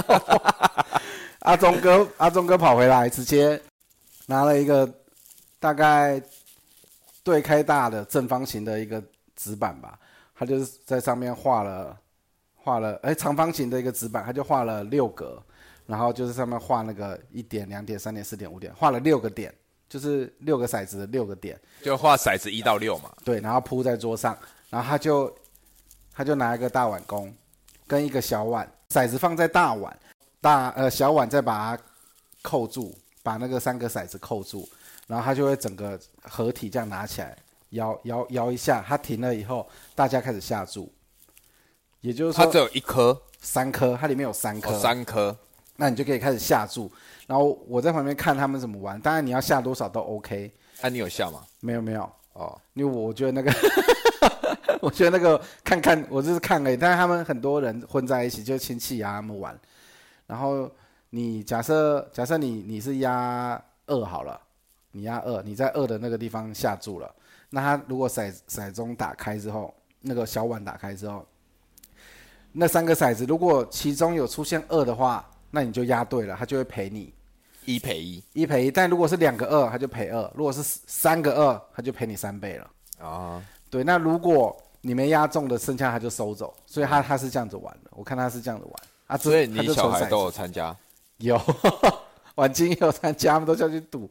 Speaker 2: 阿忠哥，阿忠哥跑回来，直接拿了一个大概对开大的正方形的一个纸板吧，他就是在上面画了画了，哎，长方形的一个纸板，他就画了六格，然后就是上面画那个一点、两点、三点、四点、五点，画了六个点，就是六个骰子的六个点，
Speaker 1: 就画骰子一到六嘛，
Speaker 2: 对，然后铺在桌上，然后他就他就拿一个大碗公跟一个小碗，骰子放在大碗，大呃小碗再把它扣住，把那个三个骰子扣住，然后它就会整个合体这样拿起来摇摇摇一下，它停了以后，大家开始下注。也就是
Speaker 1: 它
Speaker 2: 说，
Speaker 1: 只有一颗，
Speaker 2: 三颗，它里面有三颗，
Speaker 1: 哦，三颗，
Speaker 2: 那你就可以开始下注。然后我在旁边看他们怎么玩，当然你要下多少都 OK。
Speaker 1: 啊那你有下吗？
Speaker 2: 没有没有，
Speaker 1: 哦，
Speaker 2: 因为我觉得那个， 我觉得那个看看，我就是看而已。但是他们很多人混在一起，就亲戚啊他们玩。然后你假设假设你你是压二好了，你压二，你在二的那个地方下注了。那他如果骰骰盅打开之后，那个小碗打开之后，那三个骰子如果其中有出现二的话，那你就压对了，他就会赔你。
Speaker 1: 一赔一
Speaker 2: 一赔一，但如果是两个二，他就赔二；如果是三个二，他就赔你三倍了。
Speaker 1: 啊，
Speaker 2: 对，那如果你没压中的，剩下他就收走，所以他他是这样子玩的。我看他是这样子玩啊，这
Speaker 1: 所以
Speaker 2: 他
Speaker 1: 你
Speaker 2: 就
Speaker 1: 小
Speaker 2: 抽
Speaker 1: 孩
Speaker 2: 骰
Speaker 1: 都
Speaker 2: 子
Speaker 1: 有参加
Speaker 2: 有 玩金也有参加，他们都下去赌，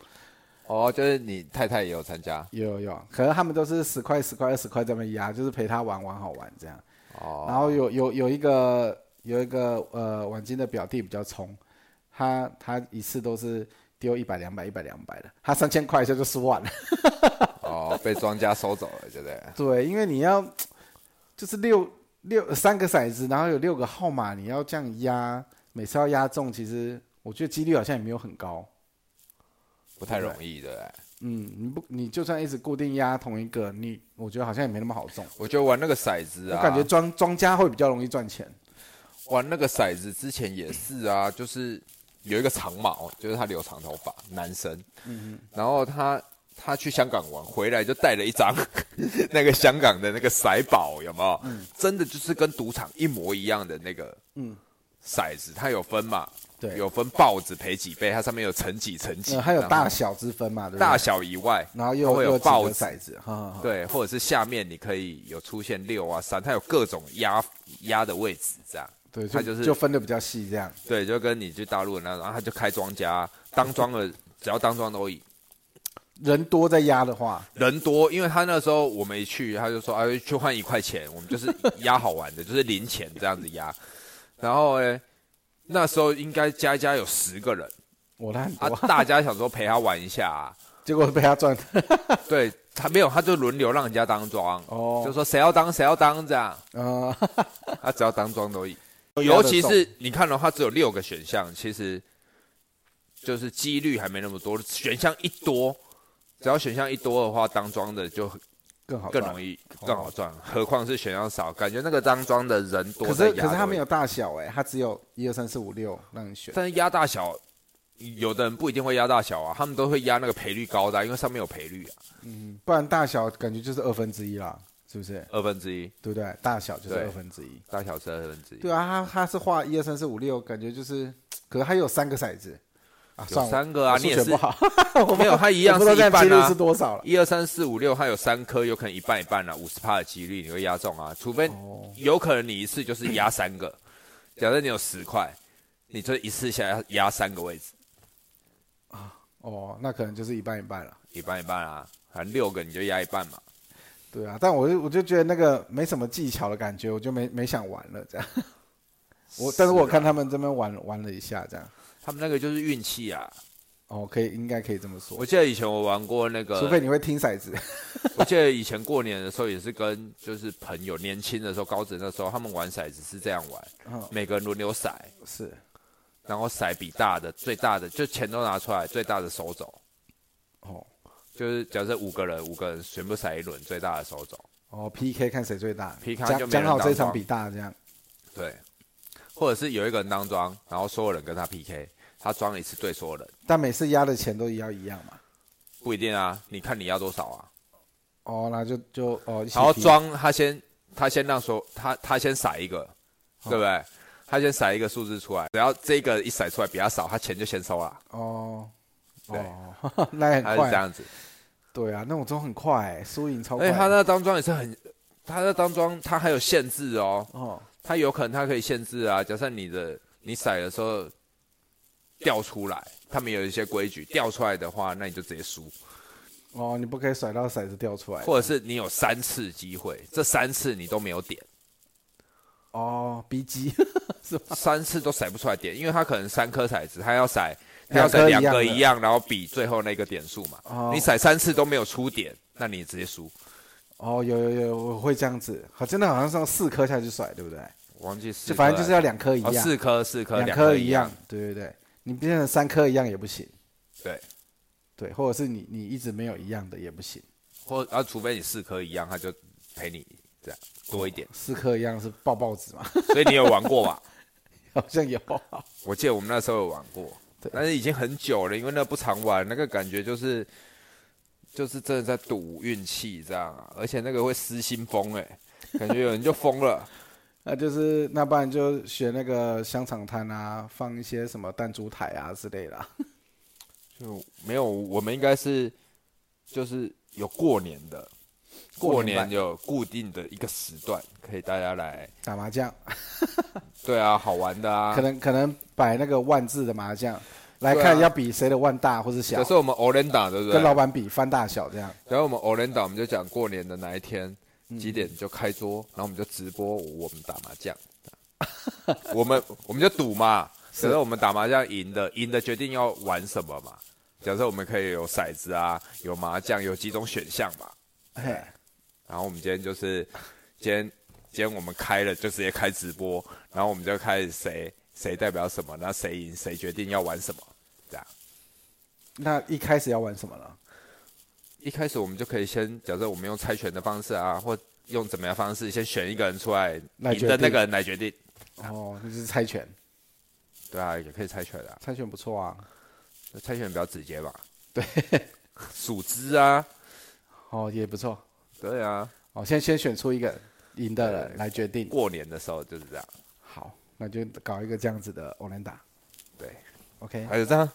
Speaker 1: 哦，就是你太太也有参加
Speaker 2: 有有，可能他们都是十块、十块、二十块这么压，就是陪他玩玩好玩这样。
Speaker 1: 哦，
Speaker 2: 然后有有有一个有一个呃，婉金的表弟比较冲，他他一次都是丢一百、两百、一百、两百的，他三千块一下就输完了。
Speaker 1: 哦，被庄家收走了，对不对？
Speaker 2: 对，因为你要就是六六三个骰子，然后有六个号码，你要这样压，每次要压中，其实我觉得几率好像也没有很高。
Speaker 1: 不太容易，对不对？
Speaker 2: 嗯，你不你就算一直固定压同一个，你我觉得好像也没那么好中。
Speaker 1: 我觉得玩那个骰子
Speaker 2: 我
Speaker 1: 啊，
Speaker 2: 感觉庄庄家会比较容易赚钱。
Speaker 1: 玩那个骰子之前也是啊，就是有一个长毛，就是他留长头发，男生，
Speaker 2: 嗯
Speaker 1: 然后他他去香港玩回来就带了一张 那个香港的那个骰宝，有没有？真的就是跟赌场一模一样的那个，
Speaker 2: 嗯
Speaker 1: 骰子它有分嘛，
Speaker 2: 对
Speaker 1: 有分豹子赔几倍，它上面有乘几乘几，
Speaker 2: 呃，还有
Speaker 1: 然后
Speaker 2: 大小之分嘛，对不对？
Speaker 1: 啊大，小以外，
Speaker 2: 然后
Speaker 1: 它
Speaker 2: 又
Speaker 1: 会有
Speaker 2: 又有几个
Speaker 1: 豹子
Speaker 2: 骰子，哈哈哈
Speaker 1: 对，或者是下面你可以有出现六啊三，它有各种压压的位置这样。
Speaker 2: 对，
Speaker 1: 它
Speaker 2: 就
Speaker 1: 就是
Speaker 2: 就分的比较细这样。
Speaker 1: 对，就跟你去大陆的那种，然后他就开庄家，当庄的只要当庄都赢。
Speaker 2: 人多再压的话，
Speaker 1: 人多，因为他那时候我们一去，他就说啊，去换一块钱，我们就是压好玩的，就是零钱这样子压。然后呢，那时候应该加一加有十个人，
Speaker 2: 我那很
Speaker 1: 啊
Speaker 2: 多，，
Speaker 1: 大家想说陪他玩一下、啊，
Speaker 2: 结果被他赚
Speaker 1: 对他没有，他就轮流让人家当庄，就
Speaker 2: 哦，
Speaker 1: 说谁要当谁要当这样，
Speaker 2: 呃，
Speaker 1: 他只要当庄都赢。
Speaker 2: 压
Speaker 1: 尤
Speaker 2: 得
Speaker 1: 其
Speaker 2: 中
Speaker 1: 是你看的话，只有六个选项，其实就是几率还没那么多。选项一多，只要选项一多的话，当庄的就
Speaker 2: 更好
Speaker 1: 更
Speaker 2: 赚
Speaker 1: 容易更好赚。何况是选项少，感觉那个当庄的人多
Speaker 2: 可
Speaker 1: 在
Speaker 2: 是
Speaker 1: 压的位置，
Speaker 2: 可是它没有大小哎、它只有一二三四五六让你选。
Speaker 1: 但是压大小，有的人不一定会压大小啊，他们都会压那个赔率高的啊、因为上面有赔率啊，
Speaker 2: 嗯，不然大小感觉就是二分之一啦，是不是？
Speaker 1: 二分之一，
Speaker 2: 对不对？大小就是
Speaker 1: 对
Speaker 2: 二分之一。
Speaker 1: 大小是二分之一。
Speaker 2: 对啊，它它是画一二三四五六，感觉就是，可是它有三个骰子啊，
Speaker 1: 有
Speaker 2: 算了
Speaker 1: 三个啊，
Speaker 2: 我
Speaker 1: 你
Speaker 2: 数
Speaker 1: 也
Speaker 2: 学
Speaker 1: 是
Speaker 2: 不好，我不
Speaker 1: 没有 它一样
Speaker 2: 我不知道
Speaker 1: 是一
Speaker 2: 这
Speaker 1: 半
Speaker 2: 几
Speaker 1: 啊
Speaker 2: 率是多少了。
Speaker 1: 一二三四五六，它有三颗，有可能一半一半啦、啊，五十帕的几率你会压中啊，除非
Speaker 2: 哦，
Speaker 1: 有可能你一次就是压三 个，假设你有十块，你就一次下压压三个位置，
Speaker 2: 哦，那可能就是一半一半了。
Speaker 1: 一半一半啊，反正六个你就压一半嘛。
Speaker 2: 对啊，但我就我就觉得那个没什么技巧的感觉，我就没没想玩了这样。 我但是我
Speaker 1: 啊
Speaker 2: 看他们这边玩玩了一下这样，
Speaker 1: 他们那个就是运气啊，
Speaker 2: 哦，可以应该可以这么说
Speaker 1: 我，记得以前我玩过那
Speaker 2: 除非
Speaker 1: 个，
Speaker 2: 你会听骰子。
Speaker 1: 我记得以前过年的时候也是跟就是朋友年轻的时候，高职那时候他们玩骰子是这样玩，
Speaker 2: 嗯，
Speaker 1: 每个人轮流骰，
Speaker 2: 是。
Speaker 1: 然后骰比大的最大的就钱都拿出来，最大的收走，
Speaker 2: 哦
Speaker 1: 就是假设五个人五个人全部骰一轮，最大的收走。
Speaker 2: 哦，PK 看谁最大
Speaker 1: PK 就没
Speaker 2: 讲
Speaker 1: 人
Speaker 2: 讲好
Speaker 1: 当
Speaker 2: 这场
Speaker 1: 庄
Speaker 2: 比大这样。
Speaker 1: 对，或者是有一个人当庄，然后所有人跟他 PK，他装一次对所有人，
Speaker 2: 但每次压的钱都要一样嘛。
Speaker 1: 不一定啊，你看你要多少啊？
Speaker 2: 哦，那就就哦，一起
Speaker 1: 然后
Speaker 2: PK
Speaker 1: 装他先他先让说他他先骰一个，
Speaker 2: 好
Speaker 1: 对不
Speaker 2: 嗯
Speaker 1: 对？他先骰一个数字出来，只要这个一骰出来比他少，他钱就先收了，
Speaker 2: 哦。
Speaker 1: 对
Speaker 2: 哦， 那也很
Speaker 1: 他是
Speaker 2: 快
Speaker 1: 这
Speaker 2: 啊，
Speaker 1: 样子。
Speaker 2: 对啊，那种都很快欸，输赢超
Speaker 1: 而
Speaker 2: 快。
Speaker 1: 且他那当庄也是很，他那当庄他还有限制哦，
Speaker 2: 哦，
Speaker 1: 他有可能他可以限制啊。假设你的你骰的时候，调出来，他们有一些规矩，调出来的话，那你就直接输，
Speaker 2: 哦，你不可以甩到骰子掉出来。
Speaker 1: 或者是你有三次机会，这三次你都没有点，
Speaker 2: 哦，逼急，
Speaker 1: 三次都骰不出来点，因为他可能三颗骰子，他要骰他要骰
Speaker 2: 两
Speaker 1: 两
Speaker 2: 颗
Speaker 1: 个
Speaker 2: 一样的
Speaker 1: 一样，然后比最后那个点数嘛。
Speaker 2: 哦
Speaker 1: 你骰三次都没有出点，那你直接输。
Speaker 2: 哦，有有有，我会这样子，好，真的好像是要四颗下去甩，对不对？
Speaker 1: 我忘记四
Speaker 2: 就
Speaker 1: 颗
Speaker 2: 反正就是
Speaker 1: 还
Speaker 2: 要两颗一
Speaker 1: 哦
Speaker 2: 样，
Speaker 1: 四颗四颗
Speaker 2: 两
Speaker 1: 颗
Speaker 2: 颗一样，，对对对，你变成三颗一样也不行，
Speaker 1: 对，
Speaker 2: 对，或者是你你一直没有一样的也不行，
Speaker 1: 或啊，除非你四颗一样，他就赔你这样多一点。
Speaker 2: 四颗一样是抱抱子嘛，
Speaker 1: 所以你有玩过吧？
Speaker 2: 好像有，
Speaker 1: 我记得我们那时候有玩过
Speaker 2: 对，
Speaker 1: 但是已经很久了，因为那不常玩，那个感觉就是就是真的在赌运气这样啊，而且那个会失心疯哎、感觉有人就疯了。
Speaker 2: 那就是那不然就学那个香肠摊啊，放一些什么弹珠台啊之类的 啊，
Speaker 1: 就没有，我们应该是就是有过年的，
Speaker 2: 过
Speaker 1: 过
Speaker 2: 年版
Speaker 1: 年有固定的一个时段，可以大家来，
Speaker 2: 打麻将，
Speaker 1: 对啊，好玩的啊
Speaker 2: 可。能可能摆那个万字的麻将来
Speaker 1: 对啊
Speaker 2: 看，要比谁的万大或是小
Speaker 1: 可，是我们 o r e n d a 对不对
Speaker 2: 跟？老板比翻大小这样。
Speaker 1: 然后我们 o r e n d a 我们就讲过年的哪一天几点就开桌，然后我们就直播我们打麻将，我们我们就赌嘛。假设我们打麻将赢的，赢的决定要玩什么嘛。假设我们可以有骰子啊，有麻将，有几种选项嘛。
Speaker 2: 嘿，
Speaker 1: 然后我们今天就是，今天今天我们开了就直接开直播，然后我们就开始谁谁代表什么，那谁赢谁决定要玩什么，这样。
Speaker 2: 那一开始要玩什么了？
Speaker 1: 一开始我们就可以先，假设我们用猜拳的方式啊，或用怎么样方式，先选一个人出来，
Speaker 2: 来
Speaker 1: 赢
Speaker 2: 决定
Speaker 1: 的那个人来决定。啊
Speaker 2: 哦，那就是猜拳，
Speaker 1: 对啊，也可以猜拳啊，
Speaker 2: 猜拳不错啊。
Speaker 1: 猜拳比较直接吧。 对，数支啊，
Speaker 2: 哦，也不错。
Speaker 1: 对啊，
Speaker 2: 哦，先先选出一个赢的人
Speaker 1: 对
Speaker 2: 来决定。
Speaker 1: 过年的时候
Speaker 2: 哎
Speaker 1: 就是这样。
Speaker 2: 好，那就搞一个这样子的欧兰达。
Speaker 1: 对，
Speaker 2: OK，
Speaker 1: 还有这样，